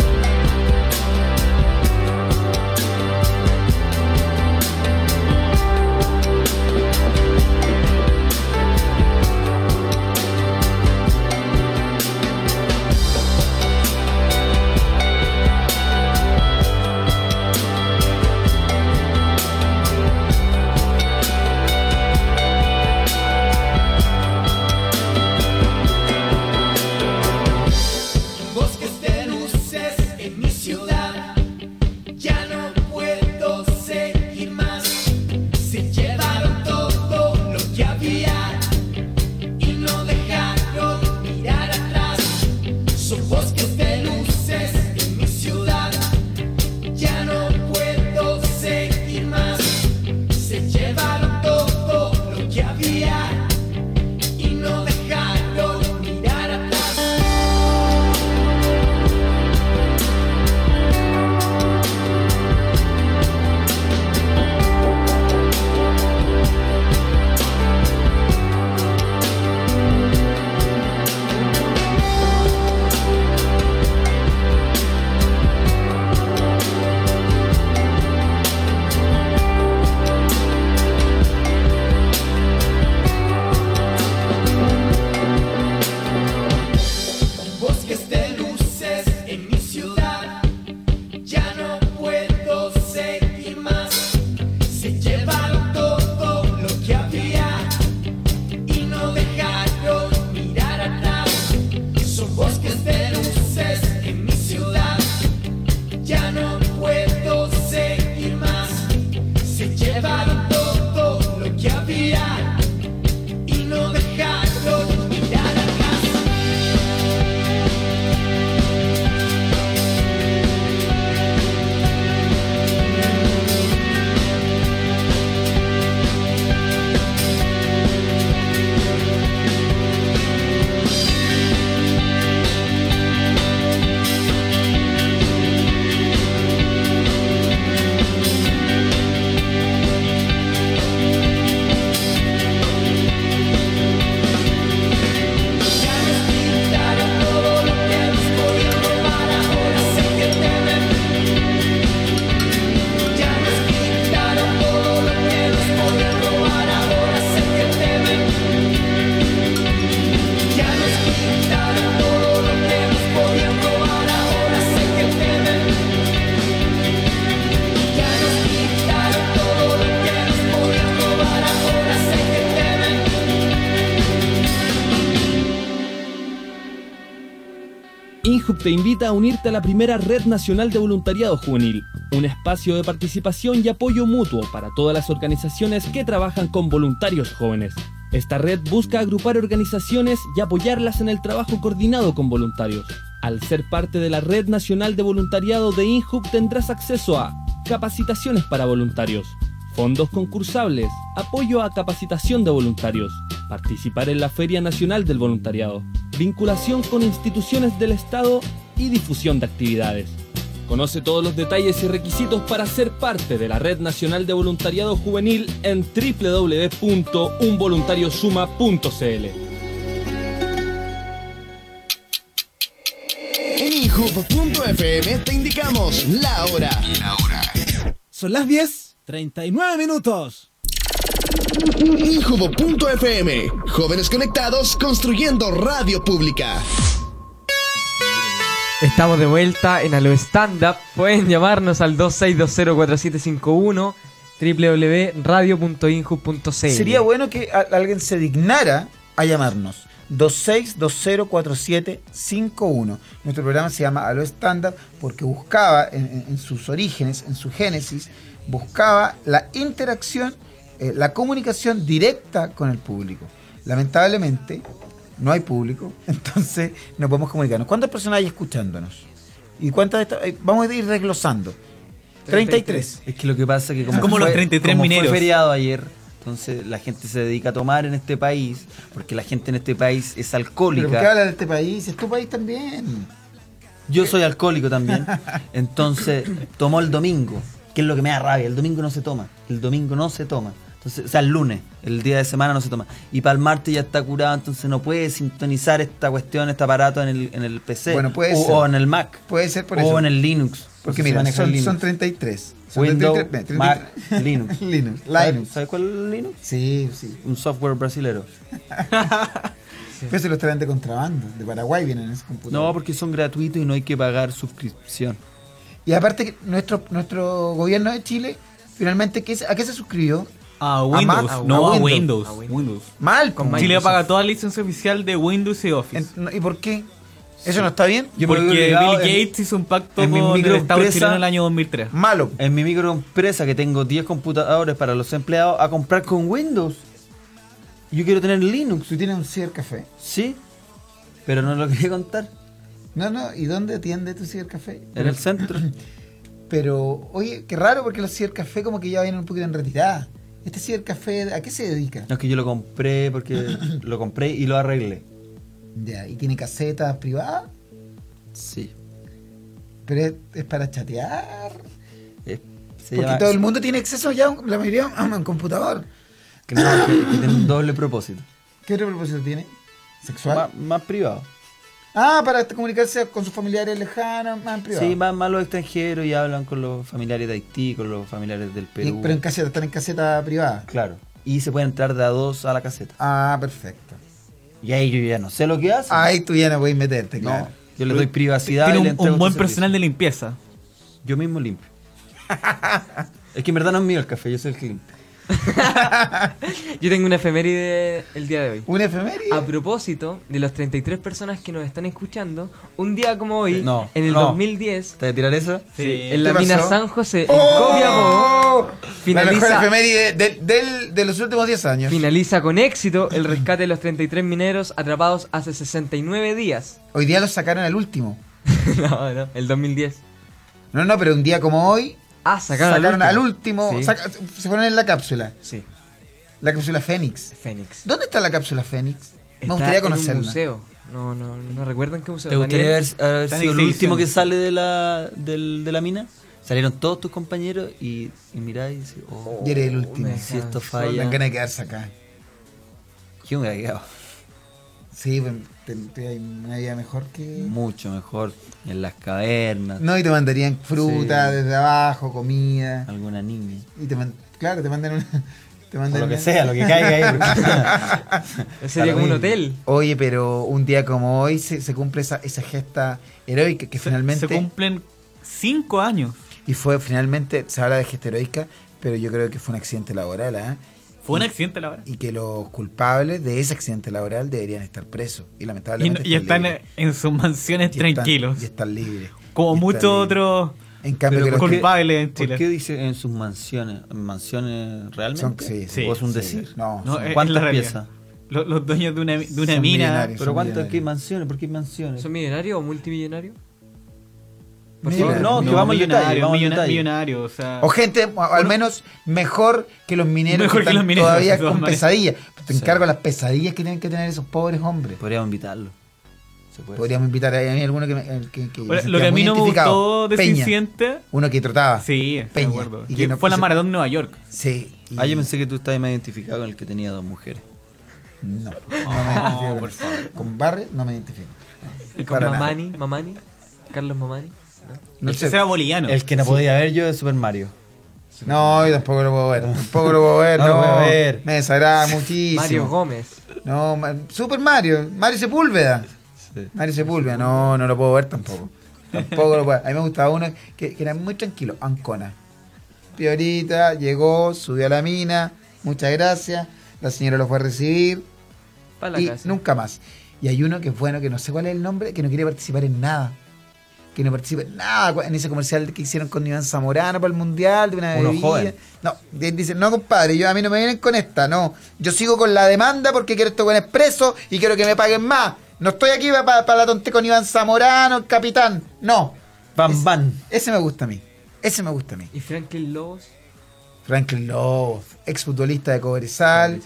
[SPEAKER 6] te invita a unirte a la primera Red Nacional de Voluntariado Juvenil, un espacio de participación y apoyo mutuo para todas las organizaciones que trabajan con voluntarios jóvenes. Esta red busca agrupar organizaciones y apoyarlas en el trabajo coordinado con voluntarios. Al ser parte de la Red Nacional de Voluntariado de INHUB tendrás acceso a capacitaciones para voluntarios, fondos concursables, apoyo a capacitación de voluntarios, participar en la Feria Nacional del Voluntariado, vinculación con instituciones del Estado y difusión de actividades. Conoce todos los detalles y requisitos para ser parte de la Red Nacional de Voluntariado Juvenil en www.unvoluntariosuma.cl.
[SPEAKER 3] En inhub.fm te indicamos la hora. La hora.
[SPEAKER 7] Son las 10, 39 minutos.
[SPEAKER 3] Injubo.fm. Jóvenes conectados construyendo radio pública.
[SPEAKER 2] Estamos de vuelta en Alo Stand Up. Pueden llamarnos al 26204751 www.radio.inju.cl
[SPEAKER 5] Sería bueno que a- alguien se dignara a llamarnos. 26204751. Nuestro programa se llama A lo Estándar porque buscaba en, en- en sus orígenes, en su génesis, buscaba la interacción, eh, la comunicación directa con el público. Lamentablemente, no hay público, entonces no podemos comunicarnos. ¿Cuántas personas hay escuchándonos? ¿Y cuántas de estas- eh, Vamos a ir desglosando. 33.
[SPEAKER 4] Es que lo que pasa es que como,
[SPEAKER 1] Como los 33
[SPEAKER 4] como fue
[SPEAKER 1] mineros.
[SPEAKER 4] feriado ayer, entonces la gente se dedica a tomar en este país, porque la gente en este país es
[SPEAKER 5] Pero ¿por qué
[SPEAKER 4] alcohólica.
[SPEAKER 5] habla de este país? Es tu país también.
[SPEAKER 4] Yo soy alcohólico también. Entonces, tomó el domingo, que es lo que me da rabia. El domingo no se toma. El domingo no se toma. Entonces, o sea, el lunes, el día de semana no se toma. Y para el martes ya está curado, entonces no puede sintonizar esta cuestión, este aparato en el, en el PC.
[SPEAKER 5] Bueno, puede
[SPEAKER 4] o,
[SPEAKER 5] ser.
[SPEAKER 4] o en el Mac.
[SPEAKER 5] Puede ser por
[SPEAKER 4] o
[SPEAKER 5] eso.
[SPEAKER 4] en el Linux. se
[SPEAKER 5] Porque mira,
[SPEAKER 4] maneja
[SPEAKER 5] son,
[SPEAKER 4] el
[SPEAKER 5] son
[SPEAKER 4] Linux.
[SPEAKER 5] 33. Son
[SPEAKER 4] Windows,
[SPEAKER 5] 33,
[SPEAKER 4] Mac,
[SPEAKER 5] 33.
[SPEAKER 4] Linux.
[SPEAKER 5] Linux.
[SPEAKER 4] ¿Sabes-
[SPEAKER 5] Linux.
[SPEAKER 4] ¿Sabes cuál es el Linux?
[SPEAKER 5] Sí, sí.
[SPEAKER 4] Un software brasilero.
[SPEAKER 5] Pero se los traen de contrabando. De Paraguay vienen esos computadores.
[SPEAKER 4] No, porque son gratuitos y no hay que pagar suscripción.
[SPEAKER 5] Y aparte, que nuestro, nuestro gobierno de Chile, finalmente, ¿qué se- ¿a qué se suscribió?
[SPEAKER 1] A
[SPEAKER 5] Ah, Mac,
[SPEAKER 1] Windows,
[SPEAKER 5] a
[SPEAKER 1] no a
[SPEAKER 5] Windows.
[SPEAKER 1] Windows.
[SPEAKER 2] A Windows.
[SPEAKER 1] Windows.
[SPEAKER 5] Mal. po.
[SPEAKER 1] Chile paga toda la licencia oficial de Windows y Office.
[SPEAKER 5] En- no, ¿Y por qué? ¿Eso no está bien?
[SPEAKER 4] Yo me
[SPEAKER 1] porque
[SPEAKER 4] vi
[SPEAKER 1] Bill
[SPEAKER 4] obligado en-
[SPEAKER 1] Gates hizo un pacto
[SPEAKER 4] en mi
[SPEAKER 1] con el Estado
[SPEAKER 4] microempresa-
[SPEAKER 1] chileno en el año 2003.
[SPEAKER 5] Malo. po.
[SPEAKER 4] En mi microempresa que tengo 10 computadores para los empleados a comprar con Windows. Yo quiero tener Linux,
[SPEAKER 5] Tú tienes un cibercafé.
[SPEAKER 4] ¿sí? Pero no lo quería contar.
[SPEAKER 5] No, no. ¿Y dónde atiende tu cibercafé?
[SPEAKER 4] En el centro.
[SPEAKER 5] Pero, oye, qué raro porque los cibercafés como que ya vienen un poquito en retirada. ¿Este cibercafé a qué se dedica?
[SPEAKER 4] No es que yo lo compré porque lo compré y lo arreglé.
[SPEAKER 5] Ya, ¿y tiene casetas privadas?
[SPEAKER 4] Sí.
[SPEAKER 5] Pero es, es para chatear.
[SPEAKER 4] Eh, se
[SPEAKER 5] Porque
[SPEAKER 4] llama-
[SPEAKER 5] todo el mundo tiene acceso ya, a un- la mayoría a un computador.
[SPEAKER 4] que, no, que- que tiene un doble propósito.
[SPEAKER 5] ¿Qué otro propósito tiene? ¿Sexual?
[SPEAKER 4] Más, más privado.
[SPEAKER 5] Ah, para comunicarse con sus familiares lejanos, más en privado.
[SPEAKER 4] Sí, más, más los extranjeros y hablan con los familiares de Haití, con los familiares del
[SPEAKER 5] Y-
[SPEAKER 4] Perú.
[SPEAKER 5] pero en caseta, están en caseta privada.
[SPEAKER 4] Claro. Y se puede entrar de a dos a la caseta.
[SPEAKER 5] Ah, perfecto.
[SPEAKER 4] Y ahí yo ya no sé lo que hace.
[SPEAKER 5] Ahí tú ya no puedes meterte,
[SPEAKER 4] no,
[SPEAKER 5] claro.
[SPEAKER 4] yo le doy privacidad. y le
[SPEAKER 1] Tiene un- un,
[SPEAKER 4] entrego
[SPEAKER 1] buen
[SPEAKER 4] este servicio.
[SPEAKER 1] personal de limpieza.
[SPEAKER 4] Yo mismo limpio. es que en verdad no es mío el café, yo soy el que limpio.
[SPEAKER 2] Yo tengo una efeméride el día de hoy.
[SPEAKER 5] ¿Un efeméride?
[SPEAKER 4] Ah,
[SPEAKER 2] A propósito de las 33 personas que nos están escuchando, un día como hoy,
[SPEAKER 4] No,
[SPEAKER 2] en el
[SPEAKER 4] no.
[SPEAKER 2] 2010,
[SPEAKER 4] ¿Te voy a tirar eso?
[SPEAKER 2] en la
[SPEAKER 5] ¿Qué
[SPEAKER 2] mina
[SPEAKER 5] pasó?
[SPEAKER 2] San José, en Copiapó,
[SPEAKER 5] ¡Oh! La mejor
[SPEAKER 2] finaliza-
[SPEAKER 5] efeméride de, del- de los últimos 10 años.
[SPEAKER 2] finaliza con éxito el rescate de los 33 mineros atrapados hace 69 días.
[SPEAKER 5] Hoy día los sacaron al último.
[SPEAKER 2] no, no, el 2010.
[SPEAKER 5] No, no, pero un día como hoy,
[SPEAKER 2] Ah, sacaron,
[SPEAKER 5] sacaron, al último.
[SPEAKER 2] Sí,
[SPEAKER 5] saca- se fueron en la cápsula.
[SPEAKER 2] sí,
[SPEAKER 5] La cápsula Fénix.
[SPEAKER 2] Fénix.
[SPEAKER 5] ¿Dónde está la cápsula Fénix? Me
[SPEAKER 2] Está
[SPEAKER 5] gustaría
[SPEAKER 2] En
[SPEAKER 5] conocerla.
[SPEAKER 2] un museo. No, no, no recuerdo en qué museo.
[SPEAKER 4] ¿Te gustaría haber,
[SPEAKER 2] Daniel.
[SPEAKER 4] haber
[SPEAKER 1] Está en
[SPEAKER 4] sido el
[SPEAKER 1] exhibición.
[SPEAKER 4] último que sale de la, del- de la mina? Salieron todos tus compañeros y, y miráis y decís, oh,
[SPEAKER 5] Y eres el último.
[SPEAKER 2] me
[SPEAKER 4] si esto
[SPEAKER 5] Me
[SPEAKER 4] falla,
[SPEAKER 5] dan ganas de quedarse acá.
[SPEAKER 4] yo me hubiera quedado
[SPEAKER 5] Sí, pues, te- te- hay una vida mejor que.
[SPEAKER 4] mucho mejor en las cavernas,
[SPEAKER 5] No, y te mandarían fruta
[SPEAKER 4] Sí.
[SPEAKER 5] desde abajo, comida.
[SPEAKER 4] alguna niña.
[SPEAKER 5] Y te man- claro, te mandan una. Te
[SPEAKER 4] O
[SPEAKER 5] mandan
[SPEAKER 4] lo que
[SPEAKER 5] una-
[SPEAKER 4] sea, lo que caiga ahí. porque-
[SPEAKER 2] Sería como un hotel.
[SPEAKER 5] Oye, pero un día como hoy se, se cumple esa, esa gesta heroica que
[SPEAKER 1] Se-
[SPEAKER 5] finalmente.
[SPEAKER 1] Se cumplen cinco años.
[SPEAKER 5] Y fue finalmente, se habla de gesta heroica, pero yo creo que fue un accidente laboral, ¿ah?
[SPEAKER 1] Fue un accidente la hora.
[SPEAKER 5] y que los culpables de ese accidente laboral deberían estar presos. Y
[SPEAKER 1] Y, no-
[SPEAKER 5] lamentablemente.
[SPEAKER 1] y están
[SPEAKER 5] libres.
[SPEAKER 1] en sus mansiones
[SPEAKER 5] Y están-
[SPEAKER 1] tranquilos.
[SPEAKER 5] y están libres.
[SPEAKER 1] como
[SPEAKER 5] Y están
[SPEAKER 1] muchos
[SPEAKER 5] libres.
[SPEAKER 1] otros.
[SPEAKER 5] En cambio,
[SPEAKER 4] Pero
[SPEAKER 5] que los
[SPEAKER 4] ¿por
[SPEAKER 5] que-
[SPEAKER 4] qué-
[SPEAKER 1] culpables en
[SPEAKER 4] ¿Por
[SPEAKER 1] Chile.
[SPEAKER 4] qué dice en sus mansiones? ¿En ¿Mansiones realmente?
[SPEAKER 5] Son- sí,
[SPEAKER 1] sí,
[SPEAKER 4] ¿O es un
[SPEAKER 5] sí.
[SPEAKER 4] decir?
[SPEAKER 5] No,
[SPEAKER 1] No,
[SPEAKER 5] son-
[SPEAKER 1] es- es
[SPEAKER 4] ¿Cuántas
[SPEAKER 1] la realidad.
[SPEAKER 4] piezas?
[SPEAKER 1] Lo- Los, dueños de una, de una
[SPEAKER 5] Son
[SPEAKER 1] mina.
[SPEAKER 5] millonarios.
[SPEAKER 4] ¿Pero
[SPEAKER 5] Son
[SPEAKER 4] cuántas? ¿Qué
[SPEAKER 5] millonarios.
[SPEAKER 4] mansiones? ¿Por qué mansiones?
[SPEAKER 2] ¿Son millonarios o multimillonarios?
[SPEAKER 5] Mira,
[SPEAKER 4] favor, no,
[SPEAKER 5] mira.
[SPEAKER 4] que vamos al
[SPEAKER 1] millonarios,
[SPEAKER 4] detalle, vamos al
[SPEAKER 1] millona-
[SPEAKER 4] detalle.
[SPEAKER 1] millonarios, o sea.
[SPEAKER 5] O gente, o- al menos mejor que los mineros
[SPEAKER 1] Mejor
[SPEAKER 5] que
[SPEAKER 1] que
[SPEAKER 5] están
[SPEAKER 1] los mineros,
[SPEAKER 5] todavía
[SPEAKER 1] de todas
[SPEAKER 5] con
[SPEAKER 1] maneras.
[SPEAKER 5] pesadillas. Te
[SPEAKER 4] Sí.
[SPEAKER 5] encargo las pesadillas que tienen que tener esos pobres hombres.
[SPEAKER 4] Podríamos invitarlo. Se puede.
[SPEAKER 5] Podríamos invitar a a mí alguno que, me- el que, que me
[SPEAKER 1] Bueno,
[SPEAKER 5] sentía
[SPEAKER 1] lo que a
[SPEAKER 5] muy
[SPEAKER 1] mí no me
[SPEAKER 5] identificado.
[SPEAKER 1] gustó de ese
[SPEAKER 5] Peña,
[SPEAKER 1] incidente.
[SPEAKER 5] Uno que trotaba.
[SPEAKER 1] Sí, estoy de
[SPEAKER 5] Peña.
[SPEAKER 1] acuerdo.
[SPEAKER 5] Y
[SPEAKER 1] Y
[SPEAKER 5] que no
[SPEAKER 1] fue la
[SPEAKER 5] puso-
[SPEAKER 1] maratón en Nueva York.
[SPEAKER 5] Sí. y-
[SPEAKER 4] Ah, yo pensé que tú estabas más identificado con el que tenía dos mujeres.
[SPEAKER 5] No. no me
[SPEAKER 4] Oh,
[SPEAKER 5] identifico con- Con Barre no me identifico.
[SPEAKER 2] ¿Y con
[SPEAKER 5] Para nada.
[SPEAKER 2] Mamani? ¿Mamani? ¿Carlos Mamani?
[SPEAKER 5] No
[SPEAKER 1] el
[SPEAKER 5] sé.
[SPEAKER 1] que era boliviano.
[SPEAKER 4] El que no podía ver yo de Super Mario.
[SPEAKER 5] No, yo tampoco lo puedo ver. Tampoco lo puedo ver.
[SPEAKER 4] No
[SPEAKER 5] no,
[SPEAKER 4] lo puedo ver.
[SPEAKER 5] Me desagrada muchísimo.
[SPEAKER 2] Mario Gómez.
[SPEAKER 5] No, Ma- Super Mario. Mario Sepúlveda. Mario Sepúlveda. No, no lo puedo ver tampoco. Tampoco lo puedo ver. A mí me gustaba uno que, que era muy tranquilo. Ancona. Piorita llegó, subió a la mina. Muchas gracias. La señora lo fue a recibir.
[SPEAKER 2] Para la
[SPEAKER 5] y
[SPEAKER 2] casa.
[SPEAKER 5] nunca más. Y hay uno que es bueno, que no sé cuál es el nombre, que no quiere participar en nada. Que no participa en nada. cu- En ese comercial que hicieron con Iván Zamorano para el Mundial, de una
[SPEAKER 4] Uno
[SPEAKER 5] bebida.
[SPEAKER 4] joven.
[SPEAKER 5] No, di- dicen, no, compadre, yo, a mí no me vienen con esta, no. Yo sigo con la demanda porque quiero esto con expreso y quiero que me paguen más. No estoy aquí para la tonte con Iván Zamorano, el capitán. No.
[SPEAKER 4] Bam, bam.
[SPEAKER 5] Ese me gusta a mí. Ese me gusta a mí.
[SPEAKER 2] ¿Y Franklin Lobos?
[SPEAKER 5] Franklin Love, exfutbolista de Cobresal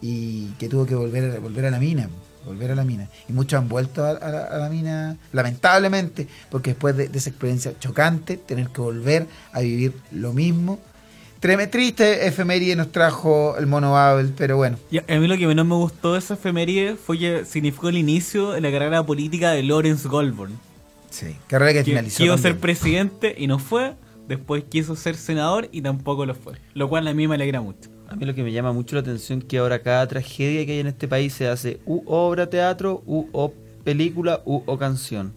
[SPEAKER 5] y que tuvo que volver a, volver a la mina, volver a la mina. Y muchos han vuelto a, a la, a la mina, lamentablemente, porque después de, de esa experiencia chocante, tener que volver a vivir lo mismo. Treme, triste efeméride nos trajo el mono Babel, pero bueno,
[SPEAKER 1] Y a a mí lo que menos me gustó de esa efeméride fue que significó el inicio de la carrera política de Lawrence Goldborn.
[SPEAKER 5] sí, carrera que
[SPEAKER 1] Que
[SPEAKER 5] finalizó.
[SPEAKER 1] quiso
[SPEAKER 5] también.
[SPEAKER 1] ser presidente y no fue. Después quiso ser senador y tampoco lo fue. Lo cual a mí me alegra mucho.
[SPEAKER 4] A mí lo que me llama mucho la atención es que ahora cada tragedia que hay en este país se hace u obra teatro, u o película, u o canción.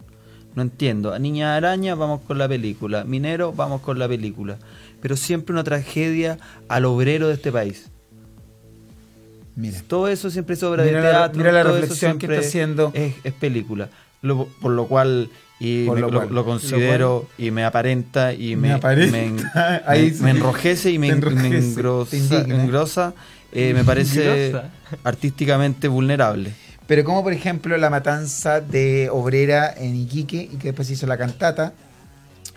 [SPEAKER 4] No entiendo. A Niña Araña vamos con la película. Minero vamos con la película. Pero siempre una tragedia al obrero de este país.
[SPEAKER 5] Mira.
[SPEAKER 4] Todo eso siempre es obra
[SPEAKER 5] Mira
[SPEAKER 4] de
[SPEAKER 5] la-
[SPEAKER 4] teatro.
[SPEAKER 5] mira la
[SPEAKER 4] todo eso
[SPEAKER 5] reflexión que
[SPEAKER 4] siempre
[SPEAKER 5] está haciendo.
[SPEAKER 4] Es, es película. Lo- por lo cual, y
[SPEAKER 5] Por
[SPEAKER 4] me-
[SPEAKER 5] lo
[SPEAKER 4] lo,
[SPEAKER 5] cual.
[SPEAKER 4] lo considero y me aparenta y
[SPEAKER 5] Me
[SPEAKER 4] me,
[SPEAKER 5] aparenta.
[SPEAKER 4] me en-
[SPEAKER 5] Ahí
[SPEAKER 4] me-
[SPEAKER 5] sí.
[SPEAKER 4] me enrojece y me,
[SPEAKER 5] Te
[SPEAKER 4] en- me
[SPEAKER 5] enrojece, te
[SPEAKER 4] engrosa.
[SPEAKER 5] indigna.
[SPEAKER 4] engrosa, eh, me parece
[SPEAKER 1] Engrosa.
[SPEAKER 4] artísticamente vulnerable.
[SPEAKER 5] Pero como por ejemplo la matanza de obrera en Iquique y que después hizo la cantata.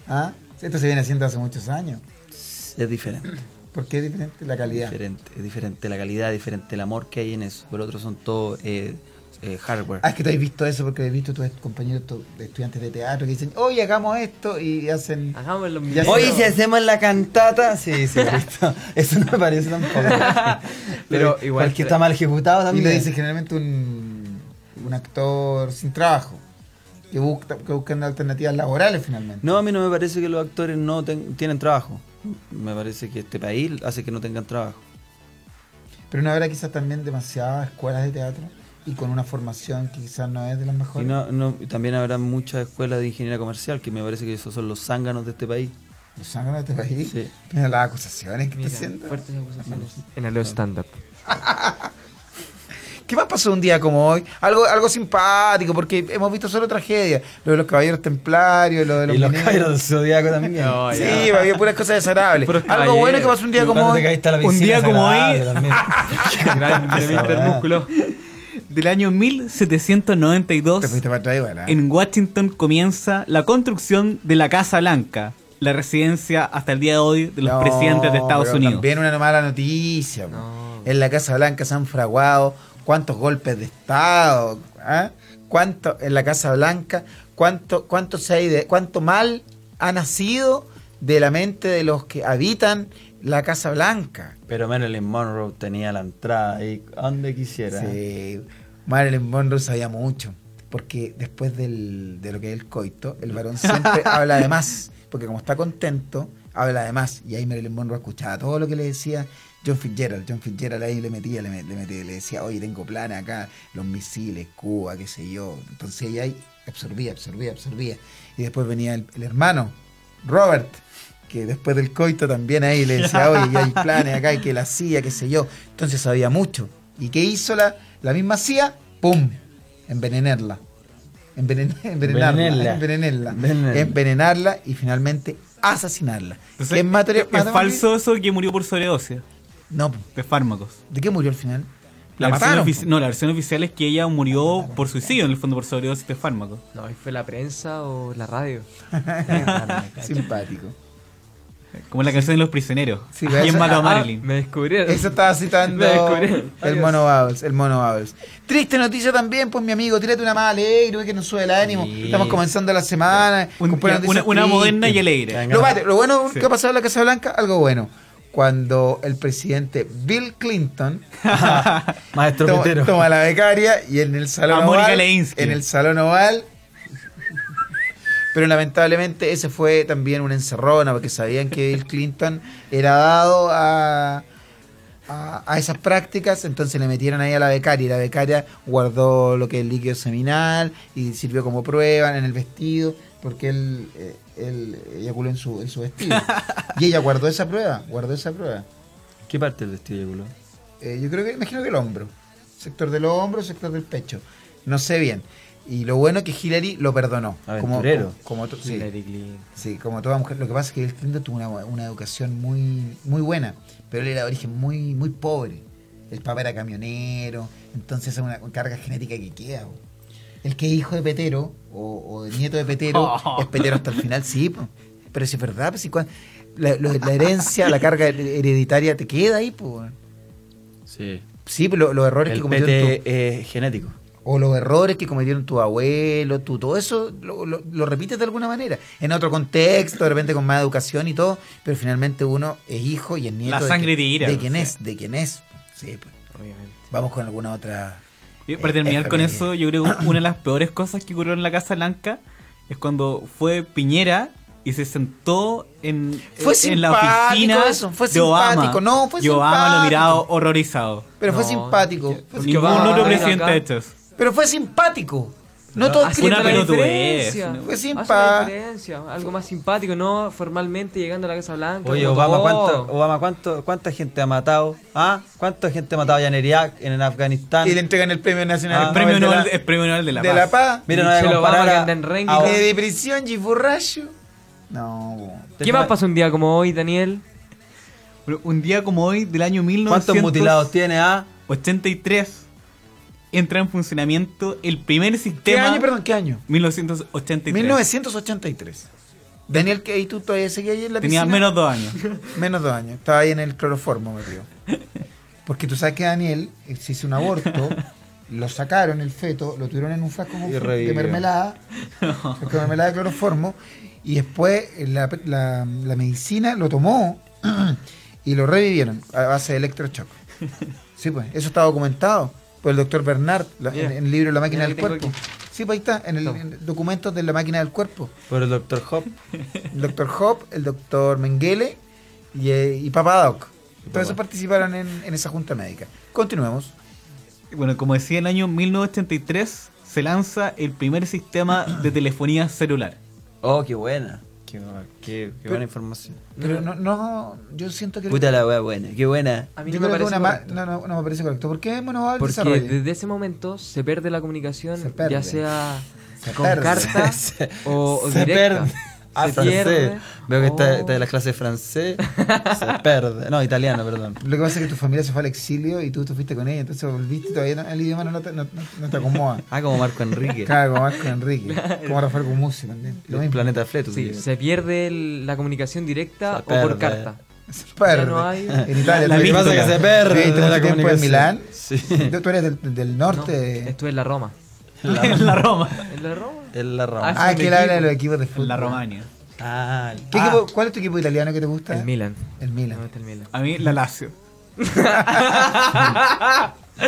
[SPEAKER 5] ¿Ah? Esto se viene haciendo hace muchos años.
[SPEAKER 4] Es diferente.
[SPEAKER 5] ¿Por qué es diferente la calidad?
[SPEAKER 4] diferente, es diferente la calidad, diferente el amor que hay en eso. Por otro son todo eh, eh, hardware.
[SPEAKER 5] Ah, es que tú has visto eso porque has visto tus compañeros tu- de estudiantes de teatro que dicen, oye, hagamos esto y hacen...
[SPEAKER 4] Ah.
[SPEAKER 2] Hagámoslo
[SPEAKER 5] Ya
[SPEAKER 2] millonarios.
[SPEAKER 5] sé.
[SPEAKER 4] Oye, si hacemos la cantata, sí, sí, listo. Eso no me parece tampoco. Pero
[SPEAKER 2] igual-
[SPEAKER 4] igual que está mal ejecutado
[SPEAKER 5] Y
[SPEAKER 4] también.
[SPEAKER 5] lo dice generalmente un, un actor sin trabajo, que, busca, que buscan alternativas laborales finalmente.
[SPEAKER 4] No, a mí no me parece que los actores no ten- tienen trabajo. Me parece que este país hace que no tengan trabajo.
[SPEAKER 5] Pero no habrá quizás también demasiadas escuelas de teatro y con una formación que quizás no es de las
[SPEAKER 4] Y
[SPEAKER 5] mejores.
[SPEAKER 4] no, no- y también habrá muchas escuelas de ingeniería comercial que me parece que esos son los zánganos de este país.
[SPEAKER 5] Los sangran de este país.
[SPEAKER 4] Sí.
[SPEAKER 5] Mira las acusaciones que está haciendo.
[SPEAKER 2] fuertes acusaciones. En el stand-up.
[SPEAKER 5] ¿Qué más pasó un día como hoy? Algo, algo simpático, porque hemos visto solo tragedia. Lo de los caballeros templarios, lo de los,
[SPEAKER 4] y los
[SPEAKER 5] mineros.
[SPEAKER 4] caballeros del zodiaco también.
[SPEAKER 5] Sí, había puras cosas desagradables.
[SPEAKER 1] Pero
[SPEAKER 5] Algo
[SPEAKER 1] ayer,
[SPEAKER 5] bueno que pasó un día como
[SPEAKER 4] Cuando te
[SPEAKER 5] hoy.
[SPEAKER 4] caíste a la
[SPEAKER 1] un
[SPEAKER 4] piscina
[SPEAKER 1] día
[SPEAKER 4] es
[SPEAKER 1] como hoy-
[SPEAKER 4] agradable también.
[SPEAKER 1] Tremendo músculo. Del año
[SPEAKER 5] Te
[SPEAKER 1] 1792,
[SPEAKER 5] fuiste para atrás igual, ¿ah?
[SPEAKER 1] en Washington comienza la construcción de la Casa Blanca, la residencia hasta el día de hoy de los
[SPEAKER 5] No,
[SPEAKER 1] presidentes de Estados
[SPEAKER 5] pero
[SPEAKER 1] Unidos.
[SPEAKER 5] También una mala noticia. po. En la Casa Blanca se han fraguado cuántos golpes de Estado. ¿ah? ¿Cuánto en la Casa Blanca? ¿Cuánto, cuánto, se hay de, ¿Cuánto mal ha nacido de la mente de los que habitan la Casa Blanca?
[SPEAKER 4] Pero Marilyn Monroe tenía la entrada ahí donde quisiera.
[SPEAKER 5] Sí, Marilyn Monroe sabía mucho. Porque después del- de lo que es el coito, el varón siempre habla de más. Porque como está contento, habla de más. Y ahí Marilyn Monroe escuchaba todo lo que le decía John Fitzgerald. John Fitzgerald ahí le metía, le, me- le metía, le decía, oye, tengo planes acá, los misiles, Cuba, qué sé yo. Entonces ella ahí absorbía, absorbía, absorbía. Y después venía el, el hermano, Robert, que después del coito también ahí le decía, oye, ya hay planes acá, y que la CIA, qué sé yo. Entonces sabía mucho. ¿Y qué hizo la, la misma CIA? ¡Pum! Envenenarla. Envenen-
[SPEAKER 8] Envenenarla.
[SPEAKER 5] envenenarla. Envenenarla.
[SPEAKER 4] Envenenarla.
[SPEAKER 5] Envenenarla y finalmente asesinarla. ¿Qué
[SPEAKER 1] Entonces,
[SPEAKER 5] materi-
[SPEAKER 1] es, es
[SPEAKER 5] matemática?
[SPEAKER 1] falso eso que murió por sobredosis
[SPEAKER 5] No,
[SPEAKER 1] de fármacos.
[SPEAKER 5] ¿de qué murió al final?
[SPEAKER 1] La
[SPEAKER 5] La
[SPEAKER 1] versión
[SPEAKER 5] mataron.
[SPEAKER 1] ofici- no, la versión oficial es que ella murió por suicidio, en el fondo por sobredosis de fármacos.
[SPEAKER 2] No, ¿y fue la prensa o la radio?
[SPEAKER 5] Simpático.
[SPEAKER 1] Como la canción de los prisioneros.
[SPEAKER 5] Sí,
[SPEAKER 1] ¿Quién
[SPEAKER 5] esa-
[SPEAKER 1] mató a
[SPEAKER 5] ah,
[SPEAKER 1] Marilyn?
[SPEAKER 2] Me descubrieron.
[SPEAKER 5] Eso estaba citando
[SPEAKER 2] Me descubrieron.
[SPEAKER 5] el
[SPEAKER 2] Adiós.
[SPEAKER 5] mono Babels, el mono Babels. Triste noticia también, pues mi amigo, tírate una más alegre, que nos sube el ánimo. Estamos comenzando la semana.
[SPEAKER 1] Un-
[SPEAKER 5] con puras
[SPEAKER 1] una-
[SPEAKER 5] noticias
[SPEAKER 1] una
[SPEAKER 5] tristes.
[SPEAKER 1] moderna y alegre.
[SPEAKER 5] Lo, mate- lo bueno
[SPEAKER 1] Sí.
[SPEAKER 5] que ha pasado en la Casa Blanca, algo bueno. Cuando el presidente Bill Clinton
[SPEAKER 4] Maestro
[SPEAKER 5] toma,
[SPEAKER 4] Petero.
[SPEAKER 5] toma a la becaria y en el salón
[SPEAKER 1] A Mónica
[SPEAKER 5] oval,
[SPEAKER 1] Lewinsky.
[SPEAKER 5] en el salón oval. Pero lamentablemente ese fue también una encerrona porque sabían que Bill Clinton era dado a, a, a esas prácticas, entonces le metieron ahí a la becaria y la becaria guardó lo que es el líquido seminal y sirvió como prueba en el vestido porque él, eh, él eyaculó en su, en su vestido. y ella guardó esa prueba, guardó esa prueba.
[SPEAKER 4] ¿Qué parte del vestíbulo?
[SPEAKER 5] Eh, yo creo que, imagino que el hombro. Sector del hombro, sector del pecho. No sé bien. Y lo bueno es que Hillary lo perdonó. Como,
[SPEAKER 4] Aventurero.
[SPEAKER 5] como, como to- sí,
[SPEAKER 8] Hillary Clinton.
[SPEAKER 5] sí, como toda mujer. Lo que pasa es que Bill Clinton tuvo una, una educación muy, muy buena, pero él era de origen muy, muy pobre. El papá era camionero, entonces es una carga genética que queda. bo. El que es hijo de Petero o, o de nieto de Petero es Petero hasta el final, sí. po. Pero si es verdad, pues, si cuan- la, lo- la herencia, la carga hereditaria te queda ahí. pues.
[SPEAKER 4] Sí.
[SPEAKER 5] Sí, pero lo- los errores que
[SPEAKER 4] El
[SPEAKER 5] cometieron
[SPEAKER 4] PT
[SPEAKER 5] tu-
[SPEAKER 4] es Eh, genético.
[SPEAKER 5] o los errores que cometieron tu abuelo, tú, todo eso lo, lo- lo repites de alguna manera, en otro contexto, de repente con más educación y todo, pero finalmente uno es hijo y es nieto
[SPEAKER 1] La
[SPEAKER 5] de
[SPEAKER 1] sangre
[SPEAKER 5] quien-
[SPEAKER 1] tira, pues,
[SPEAKER 5] de
[SPEAKER 1] o
[SPEAKER 5] quien
[SPEAKER 1] sea.
[SPEAKER 5] es, de quien es. Sí, pues. Vamos con alguna otra.
[SPEAKER 1] Y para terminar con eso, yo creo que una de las peores cosas que ocurrió en la Casa Blanca es cuando fue Piñera y se sentó en,
[SPEAKER 5] Fue
[SPEAKER 1] en la
[SPEAKER 5] simpático
[SPEAKER 1] oficina
[SPEAKER 5] eso, fue
[SPEAKER 1] de Obama.
[SPEAKER 5] simpático, no, fue
[SPEAKER 1] Y Obama lo
[SPEAKER 5] simpático.
[SPEAKER 1] miraba horrorizado.
[SPEAKER 5] Pero fue
[SPEAKER 2] No,
[SPEAKER 5] simpático.
[SPEAKER 2] porque-
[SPEAKER 5] fue
[SPEAKER 2] porque
[SPEAKER 5] simpático.
[SPEAKER 1] Ningún
[SPEAKER 2] Obama
[SPEAKER 1] otro
[SPEAKER 2] vino
[SPEAKER 1] presidente
[SPEAKER 2] acá.
[SPEAKER 1] ha hecho eso.
[SPEAKER 5] Pero fue simpático. No todos
[SPEAKER 2] Hace
[SPEAKER 1] Una
[SPEAKER 2] la
[SPEAKER 5] critican-
[SPEAKER 1] pelotudez,
[SPEAKER 2] diferencia.
[SPEAKER 1] una-
[SPEAKER 5] Fue
[SPEAKER 2] Hace la
[SPEAKER 5] simpático.
[SPEAKER 2] diferencia. Algo más simpático, ¿no? Formalmente llegando a la Casa Blanca.
[SPEAKER 4] Oye,
[SPEAKER 2] como
[SPEAKER 4] Obama,
[SPEAKER 2] todo.
[SPEAKER 4] ¿cuánto, Obama ¿cuánto, ¿cuánta gente ha matado? ¿Ah? ¿Cuánta gente ha matado ya en Irak, en Afganistán?
[SPEAKER 5] Y le entregan el premio nacional
[SPEAKER 4] Ah,
[SPEAKER 1] El
[SPEAKER 5] Nobel
[SPEAKER 1] premio,
[SPEAKER 5] de la-
[SPEAKER 1] Nobel, el premio Nobel de la
[SPEAKER 5] de
[SPEAKER 1] Paz.
[SPEAKER 5] la Paz.
[SPEAKER 4] Mira, no voy a
[SPEAKER 2] Michelle Obama
[SPEAKER 4] comparar
[SPEAKER 2] que
[SPEAKER 4] a-
[SPEAKER 2] anda en Renga.
[SPEAKER 4] a-
[SPEAKER 5] de depresión y borracho. No, bo.
[SPEAKER 2] ¿Qué más pasó un día como hoy, Daniel?
[SPEAKER 1] Pero un día como hoy, del año
[SPEAKER 4] ¿Cuántos mutilados tiene? ¿Ah?
[SPEAKER 1] 1983, entra en funcionamiento el primer sistema...
[SPEAKER 5] ¿Qué año, perdón, qué año?
[SPEAKER 1] 1983.
[SPEAKER 5] 1983. Daniel, que ahí tú todavía seguías ahí en la
[SPEAKER 1] Tenía
[SPEAKER 5] piscina?
[SPEAKER 1] menos dos años.
[SPEAKER 5] Menos dos años. Estaba ahí en el cloroformo, me río. Porque tú sabes que Daniel eh, se hizo un aborto, lo sacaron el feto, lo tuvieron en un frasco con- de
[SPEAKER 4] revivió.
[SPEAKER 5] mermelada, frasco de mermelada de cloroformo, y después eh, la, la- la medicina lo tomó y lo revivieron a base de electrochoc. Sí, pues, eso está documentado por el doctor Bernard la- en, en el libro La máquina
[SPEAKER 2] Mira,
[SPEAKER 5] del
[SPEAKER 2] lo tengo
[SPEAKER 5] cuerpo. Sí, pues ahí está, en el en documentos de la máquina del cuerpo
[SPEAKER 4] Por el doctor Hop.
[SPEAKER 5] el doctor Hop, el doctor Mengele y, eh, y Papá Doc. Todos esos participaron en, en esa junta médica. Continuemos.
[SPEAKER 1] Bueno, como decía, en el año 1983 se lanza el primer sistema de telefonía celular.
[SPEAKER 4] Oh, qué buena. Qué, qué- qué buena información.
[SPEAKER 5] Pero no, no yo siento que.
[SPEAKER 4] Puta la wea buena, qué buena.
[SPEAKER 2] A mí
[SPEAKER 5] yo
[SPEAKER 2] no me
[SPEAKER 5] creo que
[SPEAKER 2] parece
[SPEAKER 5] una ma-
[SPEAKER 2] correcto.
[SPEAKER 5] no, no, no me parece correcto. ¿Por qué Mono Babel
[SPEAKER 2] Porque
[SPEAKER 5] desarrolla?
[SPEAKER 2] desde ese momento se pierde la comunicación,
[SPEAKER 5] Se pierde.
[SPEAKER 2] ya sea
[SPEAKER 5] Se
[SPEAKER 2] con
[SPEAKER 5] pierde.
[SPEAKER 2] carta
[SPEAKER 4] Se-
[SPEAKER 2] o, o
[SPEAKER 4] se
[SPEAKER 2] directa.
[SPEAKER 4] pierde. Ah,
[SPEAKER 2] Se
[SPEAKER 4] francés.
[SPEAKER 2] pierde.
[SPEAKER 4] Veo que está,
[SPEAKER 2] Oh.
[SPEAKER 4] está en la clase de francés. Se pierde. No, italiano, perdón.
[SPEAKER 5] Lo que pasa es que tu familia se fue al exilio y tú te fuiste con ella, entonces volviste y todavía no- el idioma no te, no, no- no te acomoda.
[SPEAKER 4] Ah, como Marco Enrique.
[SPEAKER 5] Claro, como Marco Enrique, como Rafael Gumusi también. Lo
[SPEAKER 4] El
[SPEAKER 5] mismo.
[SPEAKER 4] planeta Fleto.
[SPEAKER 2] Sí,
[SPEAKER 4] tío.
[SPEAKER 2] se pierde el- la comunicación directa
[SPEAKER 4] Se
[SPEAKER 2] o por
[SPEAKER 4] pierde.
[SPEAKER 2] carta.
[SPEAKER 5] Se pierde.
[SPEAKER 2] Ya no hay-
[SPEAKER 5] En Italia,
[SPEAKER 4] Lo que pasa es que se pierde
[SPEAKER 5] ¿Tuviste
[SPEAKER 4] de
[SPEAKER 5] mucho
[SPEAKER 4] la
[SPEAKER 5] tiempo en
[SPEAKER 4] comunicación.
[SPEAKER 5] Milán?
[SPEAKER 4] Sí.
[SPEAKER 5] Tú eres del, del
[SPEAKER 2] No,
[SPEAKER 5] norte.
[SPEAKER 2] esto es la Roma.
[SPEAKER 1] En la Roma.
[SPEAKER 2] ¿En la Roma?
[SPEAKER 4] En la Roma.
[SPEAKER 2] Ah,
[SPEAKER 5] Ah, es que él habla de los
[SPEAKER 2] equipo.
[SPEAKER 5] equipos de fútbol.
[SPEAKER 1] En la Romania.
[SPEAKER 4] Ah,
[SPEAKER 5] ¿Qué
[SPEAKER 4] ah,
[SPEAKER 5] equipo- ¿Cuál es tu equipo italiano que te gusta?
[SPEAKER 2] El Milan.
[SPEAKER 5] El Milan.
[SPEAKER 2] No, está el Milan.
[SPEAKER 1] A mí, la Lazio.
[SPEAKER 5] A mí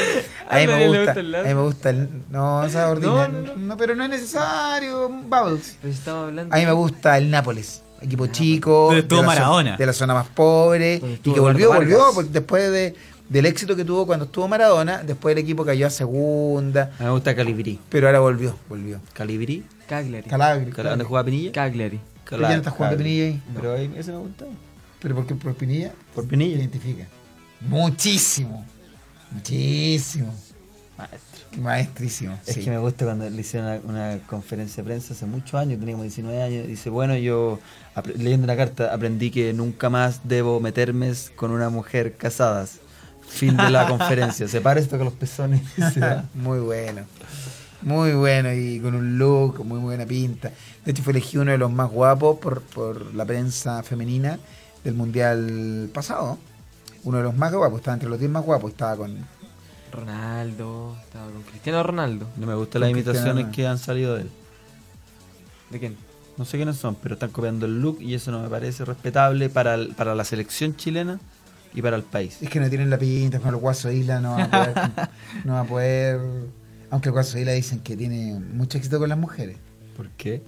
[SPEAKER 2] Ah,
[SPEAKER 5] me
[SPEAKER 2] nadie le
[SPEAKER 5] gusta.
[SPEAKER 2] gusta el
[SPEAKER 5] A
[SPEAKER 2] Lazio.
[SPEAKER 5] mí me gusta el. No, esa ordinaria.
[SPEAKER 2] No,
[SPEAKER 5] No,
[SPEAKER 2] no, no.
[SPEAKER 5] pero no es necesario. Bubbles.
[SPEAKER 2] Pero si Pues estaba hablando.
[SPEAKER 5] A mí me gusta el Nápoles. Equipo chico.
[SPEAKER 1] Donde estuvo
[SPEAKER 5] de la zo-
[SPEAKER 1] Maradona.
[SPEAKER 5] de la zona más pobre.
[SPEAKER 2] Donde
[SPEAKER 5] Y
[SPEAKER 2] estuvo
[SPEAKER 5] que volvió,
[SPEAKER 2] Eduardo
[SPEAKER 5] volvió.
[SPEAKER 2] Vargas.
[SPEAKER 5] porque Después de, del éxito que tuvo cuando estuvo Maradona. Después el equipo cayó a segunda.
[SPEAKER 4] Me gusta Calibri.
[SPEAKER 5] Pero ahora volvió, volvió.
[SPEAKER 4] Calibri.
[SPEAKER 2] Cagliari.
[SPEAKER 5] Calabria.
[SPEAKER 4] Cal- ¿Dónde jugaba Pinilla?
[SPEAKER 2] Cagliari.
[SPEAKER 5] Pero ya no estás jugando
[SPEAKER 9] cable.
[SPEAKER 5] Pinilla ahí.
[SPEAKER 9] Pero ahí ese me gusta.
[SPEAKER 5] ¿Pero por qué por Pinilla?
[SPEAKER 9] Por Pinilla.
[SPEAKER 5] Identifica. Muchísimo. Muchísimo. Maestro. Maestrísimo.
[SPEAKER 4] Es
[SPEAKER 5] sí. Ah,
[SPEAKER 4] que me gusta cuando le hicieron una, una conferencia de prensa hace muchos años, tenía como 19 años, dice, bueno, yo apre- leyendo la carta aprendí que nunca más debo meterme con una mujer casadas. Fin de la conferencia. Separa esto con los pezones. ¿ah? y se va.
[SPEAKER 5] Muy bueno. Muy bueno y con un look, muy buena pinta. De hecho fue elegido uno de los más guapos por, por la prensa femenina del mundial pasado. Uno de los más guapos, estaba entre los 10 más guapos, estaba con...
[SPEAKER 2] Ronaldo, estaba con Cristiano Ronaldo.
[SPEAKER 9] No me gustan las
[SPEAKER 5] Con Cristiano
[SPEAKER 9] imitaciones
[SPEAKER 5] Ronaldo.
[SPEAKER 9] que han salido de él.
[SPEAKER 2] ¿De quién?
[SPEAKER 9] No sé quiénes son, pero están copiando el look y eso no me parece respetable para, el- para la selección chilena y para el país.
[SPEAKER 5] Es que no tienen la pinta, con el Guaso Isla no va a poder... no va a poder aunque el Guaso Isla dicen que tiene mucho éxito con las mujeres.
[SPEAKER 9] ¿Por qué?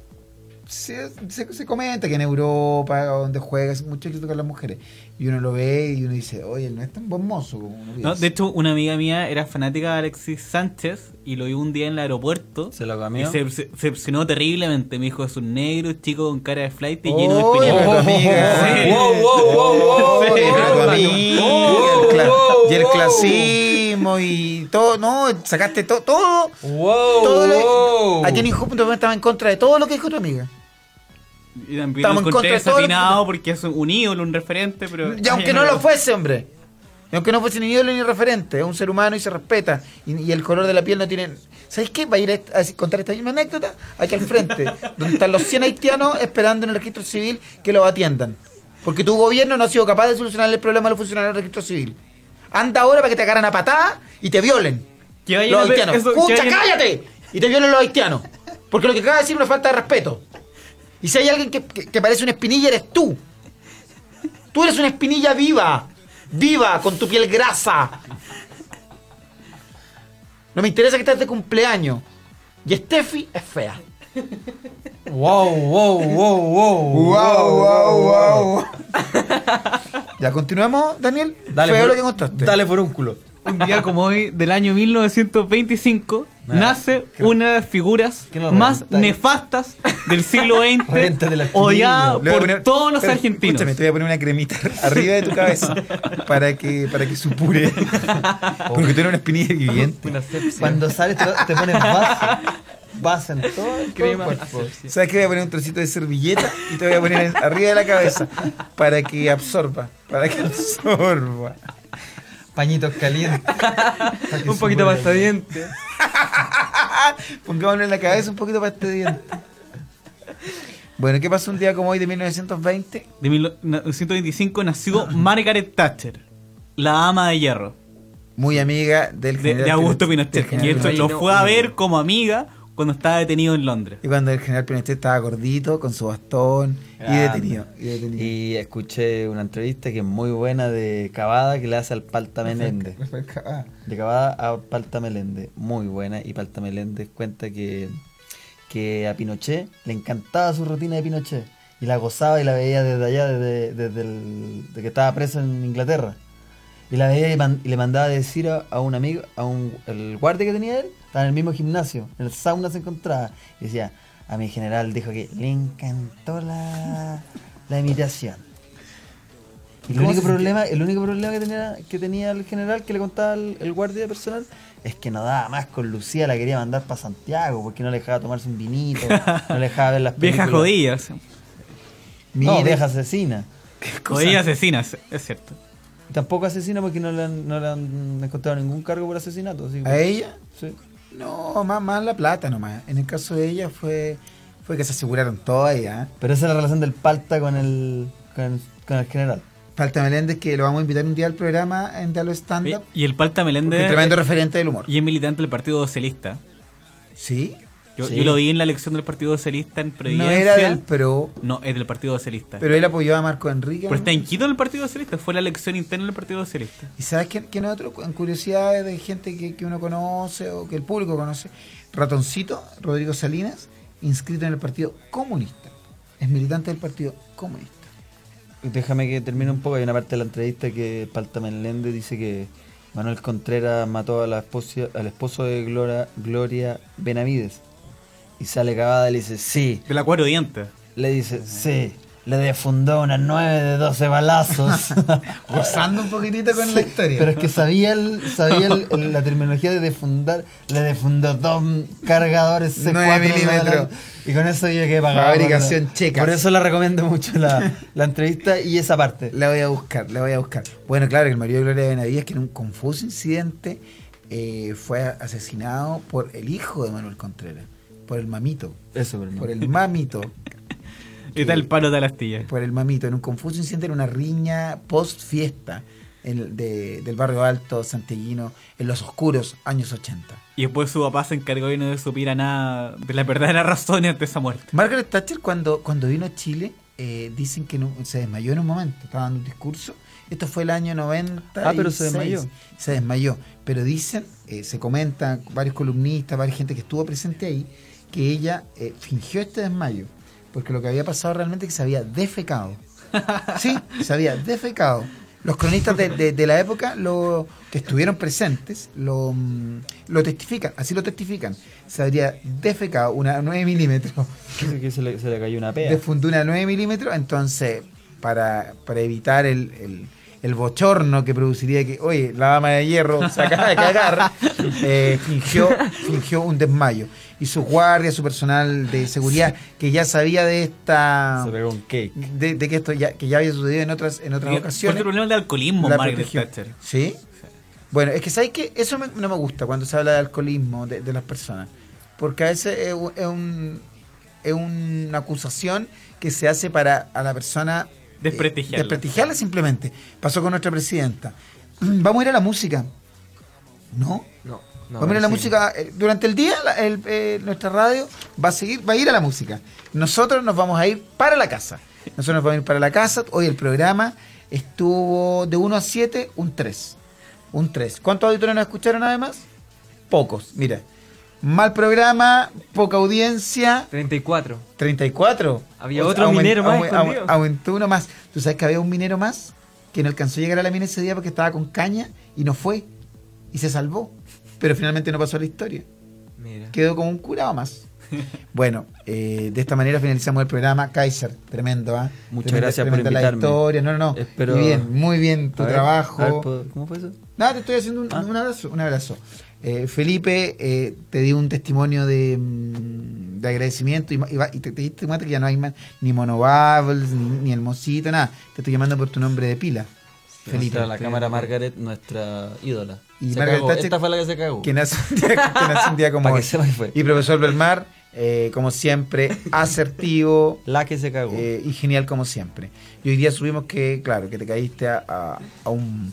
[SPEAKER 5] se, se- se comenta que en Europa, donde juega, es mucho éxito con las mujeres. Y uno lo ve y uno dice, oye, no es tan buen mozo como uno
[SPEAKER 1] No,
[SPEAKER 5] piensa".
[SPEAKER 1] de hecho, una amiga mía era fanática de Alexis Sánchez y lo vi un día en el aeropuerto.
[SPEAKER 9] ¿Se lo
[SPEAKER 1] Y
[SPEAKER 9] cambió?
[SPEAKER 1] se obse- se obsesionó terriblemente. Me dijo: es un negro, chico con cara de flight y lleno de
[SPEAKER 5] Oye,
[SPEAKER 1] pelín.
[SPEAKER 5] pero Oh, tu amiga.
[SPEAKER 1] Sí.
[SPEAKER 2] Wow, wow, wow, wow,
[SPEAKER 5] Oye,
[SPEAKER 2] wow,
[SPEAKER 5] pero tu
[SPEAKER 2] wow.
[SPEAKER 5] amiga,
[SPEAKER 2] Wow,
[SPEAKER 5] el cla-
[SPEAKER 2] wow,
[SPEAKER 5] Y el
[SPEAKER 2] wow.
[SPEAKER 5] clasismo y todo, no, sacaste to- todo.
[SPEAKER 2] Wow,
[SPEAKER 5] todo lo-
[SPEAKER 2] wow.
[SPEAKER 5] A Jenny Hoop estaba en contra de todo lo que dijo tu amiga.
[SPEAKER 1] Y también
[SPEAKER 5] Estamos en
[SPEAKER 1] lo encontré
[SPEAKER 5] contra de todo lo que-
[SPEAKER 1] desatinado porque es un ídolo, un referente. pero
[SPEAKER 5] Y aunque no lo fuese, hombre. Y aunque no fuese ni ídolo ni referente, es un ser humano y se respeta. Y, y el color de la piel no tiene. ¿Sabes qué? Va a ir a, a contar esta misma anécdota aquí al frente, donde están los 100 haitianos esperando en el registro civil que los atiendan. Porque tu gobierno no ha sido capaz de solucionar el problema de los funcionarios del registro civil. Anda ahora para que te agarran a patada y te violen.
[SPEAKER 1] Que vayan
[SPEAKER 5] los
[SPEAKER 1] a ver-
[SPEAKER 5] haitianos.
[SPEAKER 1] eso- que
[SPEAKER 5] ¡Escucha,
[SPEAKER 1] vayan-
[SPEAKER 5] cállate! Y te violen los haitianos. Porque lo que acaba de decir es una falta de respeto. Y si hay alguien que, que- que parece una espinilla, eres tú. Tú eres una espinilla viva. Viva, con tu piel grasa. No me interesa que estés de cumpleaños. Y Steffi es fea.
[SPEAKER 2] Wow, wow, wow, wow.
[SPEAKER 5] wow, wow. ya continuamos, Daniel.
[SPEAKER 9] Dale,
[SPEAKER 5] Feo
[SPEAKER 9] por-
[SPEAKER 5] lo que contaste.
[SPEAKER 9] Dale por un culo.
[SPEAKER 1] Un día como hoy, del año 1925, nace una de las figuras
[SPEAKER 4] que no
[SPEAKER 1] más
[SPEAKER 4] reventáis.
[SPEAKER 1] nefastas del siglo
[SPEAKER 4] Revéntate la
[SPEAKER 1] XX,
[SPEAKER 4] espinilla.
[SPEAKER 1] odiada
[SPEAKER 5] Le voy a
[SPEAKER 1] por
[SPEAKER 5] poner-
[SPEAKER 1] todos los
[SPEAKER 5] espera,
[SPEAKER 1] argentinos.
[SPEAKER 5] Escúchame, te voy a poner una cremita arriba de tu cabeza para que, para que supure. Porque tú eres una espinilla viviente.
[SPEAKER 2] Una sepsia.
[SPEAKER 4] Cuando sales te, te pones vaso. Vaso en todo el
[SPEAKER 2] Crema
[SPEAKER 4] cuerpo.
[SPEAKER 2] asepsia.
[SPEAKER 5] ¿Sabes qué? Voy a poner un trocito de servilleta y te voy a poner en- arriba de la cabeza para que absorba. Para que absorba.
[SPEAKER 4] Pañitos calientes. Para que
[SPEAKER 2] Un poquito
[SPEAKER 4] supure.
[SPEAKER 2] pasta diente.
[SPEAKER 5] Pongámosle en la cabeza un poquito para este diente. Bueno, ¿qué pasó un día como hoy de 1920?
[SPEAKER 1] De 1925 nació Margaret Thatcher, la ama de hierro,
[SPEAKER 5] Muy amiga del
[SPEAKER 1] de,
[SPEAKER 5] general
[SPEAKER 1] de Augusto
[SPEAKER 5] Pinochet- del
[SPEAKER 1] Pinochet.
[SPEAKER 5] general
[SPEAKER 1] Y esto
[SPEAKER 5] Pinochet.
[SPEAKER 1] lo fue a ver como amiga cuando estaba detenido en Londres.
[SPEAKER 5] Y cuando el general Pinochet estaba gordito, con su bastón y
[SPEAKER 4] Grande.
[SPEAKER 5] detenido. Y detenido.
[SPEAKER 4] Y escuché una entrevista que es muy buena de Cavada que le hace al Palta Meléndez.
[SPEAKER 5] Ah.
[SPEAKER 4] De Cavada a Palta Meléndez, muy buena. Y Palta Meléndez cuenta que, que a Pinochet le encantaba su rutina de Pinochet. Y la gozaba y la veía desde allá, desde, desde el, de que estaba preso en Inglaterra. Y la veía y, man- y le mandaba decir a, a un amigo, a un el guardia que tenía él, estaba en el mismo gimnasio, en el sauna se encontraba. Y decía, a mi general dijo que le encantó la, la imitación. Y el
[SPEAKER 5] ¿Cómo
[SPEAKER 4] único
[SPEAKER 5] se sintió?
[SPEAKER 4] problema, el único problema que tenía, que tenía el general que le contaba el, el guardia personal es que no daba más con Lucía, la quería mandar para Santiago, porque no le dejaba tomarse un vinito, no le dejaba ver las películas.
[SPEAKER 1] Viejas jodillas,
[SPEAKER 4] No,
[SPEAKER 5] Mire.
[SPEAKER 4] vieja asesina.
[SPEAKER 1] jodillas asesinas, es cierto.
[SPEAKER 4] Tampoco asesina porque no le han, no le han encontrado ningún cargo por asesinato. así que-
[SPEAKER 5] ¿A ella?
[SPEAKER 4] Sí.
[SPEAKER 5] No, más, más la plata nomás. En el caso de ella fue, fue que se aseguraron todas ¿ah? ya.
[SPEAKER 4] Pero esa es la relación del palta con el, con, con el general.
[SPEAKER 5] Falta Meléndez que lo vamos a invitar un día al programa en Diálogo
[SPEAKER 1] Y,
[SPEAKER 5] Stand-Up.
[SPEAKER 1] y el Palta
[SPEAKER 5] porque
[SPEAKER 1] Meléndez
[SPEAKER 5] es tremendo referente del humor.
[SPEAKER 1] y es militante del Partido Socialista.
[SPEAKER 5] ¿Sí?
[SPEAKER 1] Yo,
[SPEAKER 4] Sí.
[SPEAKER 1] yo lo vi en la elección del Partido Socialista en Providencia.
[SPEAKER 5] No era del PRO,
[SPEAKER 1] No, es del Partido Socialista. Pero,
[SPEAKER 5] pero él apoyó a Marco Enrique. ¿no?
[SPEAKER 1] está en Quito el Partido Socialista, fue la elección interna del Partido Socialista.
[SPEAKER 5] ¿Y sabes quién, quién otro? En curiosidades de gente que, que uno conoce o que el público conoce. Ratoncito, Rodrigo Salinas, inscrito en el Partido Comunista. Es militante del Partido Comunista.
[SPEAKER 4] Déjame que termine un poco. Hay una parte de la entrevista que Palta Meléndez dice que Manuel Contreras mató a la esposa, al esposo de Gloria, Gloria Benavides. Y sale cagada y le dice, sí,
[SPEAKER 1] Del Acuario Diente.
[SPEAKER 8] le dice, sí, le defundó unas 9 de 12 balazos.
[SPEAKER 5] Gozando un poquitito con la historia.
[SPEAKER 8] Pero es que sabía, el- sabía el- el- la terminología de defundar, le defundó dos cargadores C4
[SPEAKER 5] 9 milímetros.
[SPEAKER 8] Y con eso yo quedé pagado.
[SPEAKER 5] Fabricación
[SPEAKER 8] por la-
[SPEAKER 5] checa.
[SPEAKER 8] Por eso la recomiendo mucho la, la entrevista y esa parte.
[SPEAKER 5] La voy a buscar, la voy a buscar. Bueno, claro, que el marido de Gloria Benavides, que en un confuso incidente eh, fue asesinado por el hijo de Manuel Contreras, por el mamito,
[SPEAKER 8] Eso, pero
[SPEAKER 5] por el mamito,
[SPEAKER 1] Y tal palo de la astilla.
[SPEAKER 5] por el mamito, en un confuso incidente en una riña post fiesta del barrio alto santiaguino en los oscuros años 80.
[SPEAKER 1] Y después su papá se encargó y no supiera nada de las verdaderas razones de esa muerte.
[SPEAKER 5] Margaret Thatcher cuando, cuando vino a Chile eh, dicen que no- se desmayó en un momento, estaba dando un discurso. Esto fue el año 90.
[SPEAKER 8] Ah, pero se desmayó.
[SPEAKER 5] Se desmayó. Pero dicen, eh, se comenta, varios columnistas, varias gente que estuvo presente ahí, que ella eh, fingió este desmayo. Porque lo que había pasado realmente es que se había defecado. Sí, se había defecado. Los cronistas de, de- de la época lo, que estuvieron presentes lo, mm, lo testifican, así lo testifican. Se habría defecado una 9 milímetros
[SPEAKER 8] que se le, se le cayó una pea.
[SPEAKER 5] de fundura 9 milímetros, entonces para, para evitar el, el- el bochorno que produciría que, oye, la dama de hierro se acaba de cagar, eh, fingió, fingió un desmayo. Y sus guardias, su personal de seguridad, que ya sabía de esta...
[SPEAKER 8] Se pegó un cake.
[SPEAKER 5] De, de que esto ya, que ya había sucedido en otras, en otras
[SPEAKER 1] Porque
[SPEAKER 5] ocasiones.
[SPEAKER 1] el problema del alcoholismo,
[SPEAKER 5] ¿eh? la
[SPEAKER 1] Margaret
[SPEAKER 5] protegió.
[SPEAKER 1] Thatcher.
[SPEAKER 5] ¿Sí? Bueno, es que sabes que eso me- no me gusta cuando se habla de alcoholismo de, de las personas. Porque a veces es, u- es un, es una acusación que se hace para a la persona. eh,
[SPEAKER 1] Desprestigiarla.
[SPEAKER 5] desprestigiarla simplemente. Pasó con nuestra presidenta. Vamos a ir a la música. ¿No?
[SPEAKER 2] No, no.
[SPEAKER 5] Vamos a ir a la
[SPEAKER 2] sí.
[SPEAKER 5] música. eh, Durante el día, la- el- eh, nuestra radio va a seguir, va a ir a la música. Nosotros nos vamos a ir para la casa. Nosotros nos vamos a ir para la casa. Hoy el programa estuvo de 1 a 7, un 3. Un 3. ¿Cuántos auditores nos escucharon además? Pocos, mira. Mal programa, poca audiencia.
[SPEAKER 2] 34.
[SPEAKER 5] 34.
[SPEAKER 2] Había otro minero más escondido.
[SPEAKER 5] aumentó uno más. ¿Tú sabes que había un minero más que no alcanzó a llegar a la mina ese día porque estaba con caña y no fue? Y se salvó. Pero finalmente no pasó a la historia.
[SPEAKER 2] Mira.
[SPEAKER 5] Quedó como un curado más. Bueno, eh, de esta manera finalizamos el programa. Kaiser, tremendo, ¿ah?
[SPEAKER 4] Muchas
[SPEAKER 5] Tremenda-
[SPEAKER 4] gracias por
[SPEAKER 5] tremenda la
[SPEAKER 4] invitarme.
[SPEAKER 5] historia. No, no, no.
[SPEAKER 4] Espero-
[SPEAKER 5] Muy bien, muy bien tu
[SPEAKER 4] A ver,
[SPEAKER 5] trabajo.
[SPEAKER 4] a ver, ¿puedo- ¿Cómo fue eso?
[SPEAKER 5] Nada, te estoy haciendo
[SPEAKER 4] Ah.
[SPEAKER 5] un, un abrazo. Un abrazo. Eh, Felipe, eh, te di un testimonio de, mm, de agradecimiento y, ma- y va- y te, te diste cuenta que ya no hay más ni Monobables, ni, ni Hermosito, nada. Te estoy llamando por tu nombre de pila. Felipe. Este, eh,
[SPEAKER 4] Muestra la cámara Margaret, nuestra ídola.
[SPEAKER 5] Y
[SPEAKER 4] Se
[SPEAKER 5] Margaret
[SPEAKER 4] cagó.
[SPEAKER 5] Thatcher-
[SPEAKER 4] Esta fue la que se cagó.
[SPEAKER 5] Que nace un día, que nace un día como
[SPEAKER 4] Pa' que
[SPEAKER 5] hoy.
[SPEAKER 4] sepa que fue.
[SPEAKER 5] Y profesor Belmar, eh, como siempre, asertivo.
[SPEAKER 4] La que se cagó.
[SPEAKER 5] eh, y genial como siempre. Y hoy día subimos que, claro, que te caíste a, a- a un,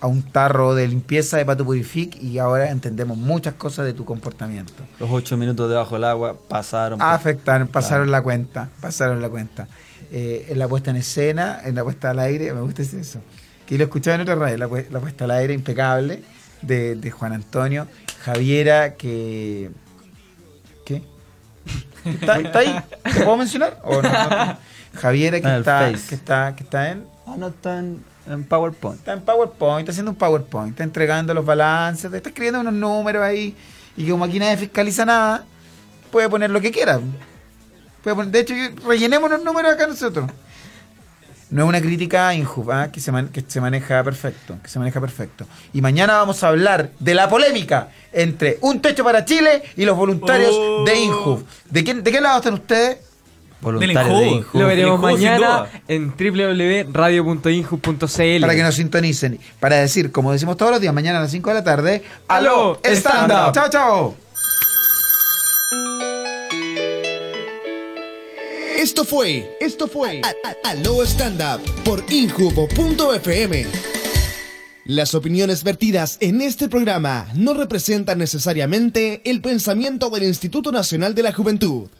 [SPEAKER 5] a un tarro de limpieza de Pato Purific y ahora entendemos muchas cosas de tu comportamiento.
[SPEAKER 4] Los ocho minutos debajo del agua pasaron.
[SPEAKER 5] Ah, Afectaron, pasaron la cuenta, pasaron la cuenta. Eh, en la puesta en escena, en la puesta al aire, me gusta ese- eso. Que lo escuchaba en otra radio, la, pu- la puesta al aire impecable de, de Juan Antonio. Javiera, que. ¿Qué? ¿Está, está ahí? ¿Te puedo mencionar? ¿O no? Javiera, que
[SPEAKER 4] Ah, el
[SPEAKER 5] está,
[SPEAKER 4] Face.
[SPEAKER 5] que, está, que está en
[SPEAKER 4] Ah, no están en PowerPoint.
[SPEAKER 5] está en PowerPoint, está haciendo un PowerPoint, está entregando los balances, está escribiendo unos números ahí, y como aquí nadie fiscaliza nada, puede poner lo que quiera. Puede poner- de hecho, yo- rellenemos los números acá nosotros. No es una crítica a Injuv, ¿ah? que, se man- que se maneja perfecto, que se maneja perfecto. Y mañana vamos a hablar de la polémica entre Un Techo para Chile y los voluntarios
[SPEAKER 1] Oh.
[SPEAKER 5] de Injuv. ¿De, quién, ¿De qué lado están ustedes?
[SPEAKER 1] Del
[SPEAKER 4] Voluntarios de
[SPEAKER 1] Injubo.
[SPEAKER 4] Injubo.
[SPEAKER 2] Lo veremos
[SPEAKER 1] Jugo, sin
[SPEAKER 2] mañana
[SPEAKER 1] duda.
[SPEAKER 2] en www.radio.inju.cl.
[SPEAKER 5] Para que nos sintonicen, para decir, como decimos todos los días, mañana a las 5 de la tarde, ¡Aló,
[SPEAKER 2] ¡Aló,
[SPEAKER 5] stand
[SPEAKER 2] stand
[SPEAKER 5] up!
[SPEAKER 2] up!
[SPEAKER 5] ¡Chao, chao!
[SPEAKER 3] Esto fue, esto fue A- A- Aló Stand Up por Injubo.fm. Las opiniones vertidas en este programa no representan necesariamente el pensamiento del Instituto Nacional de la Juventud.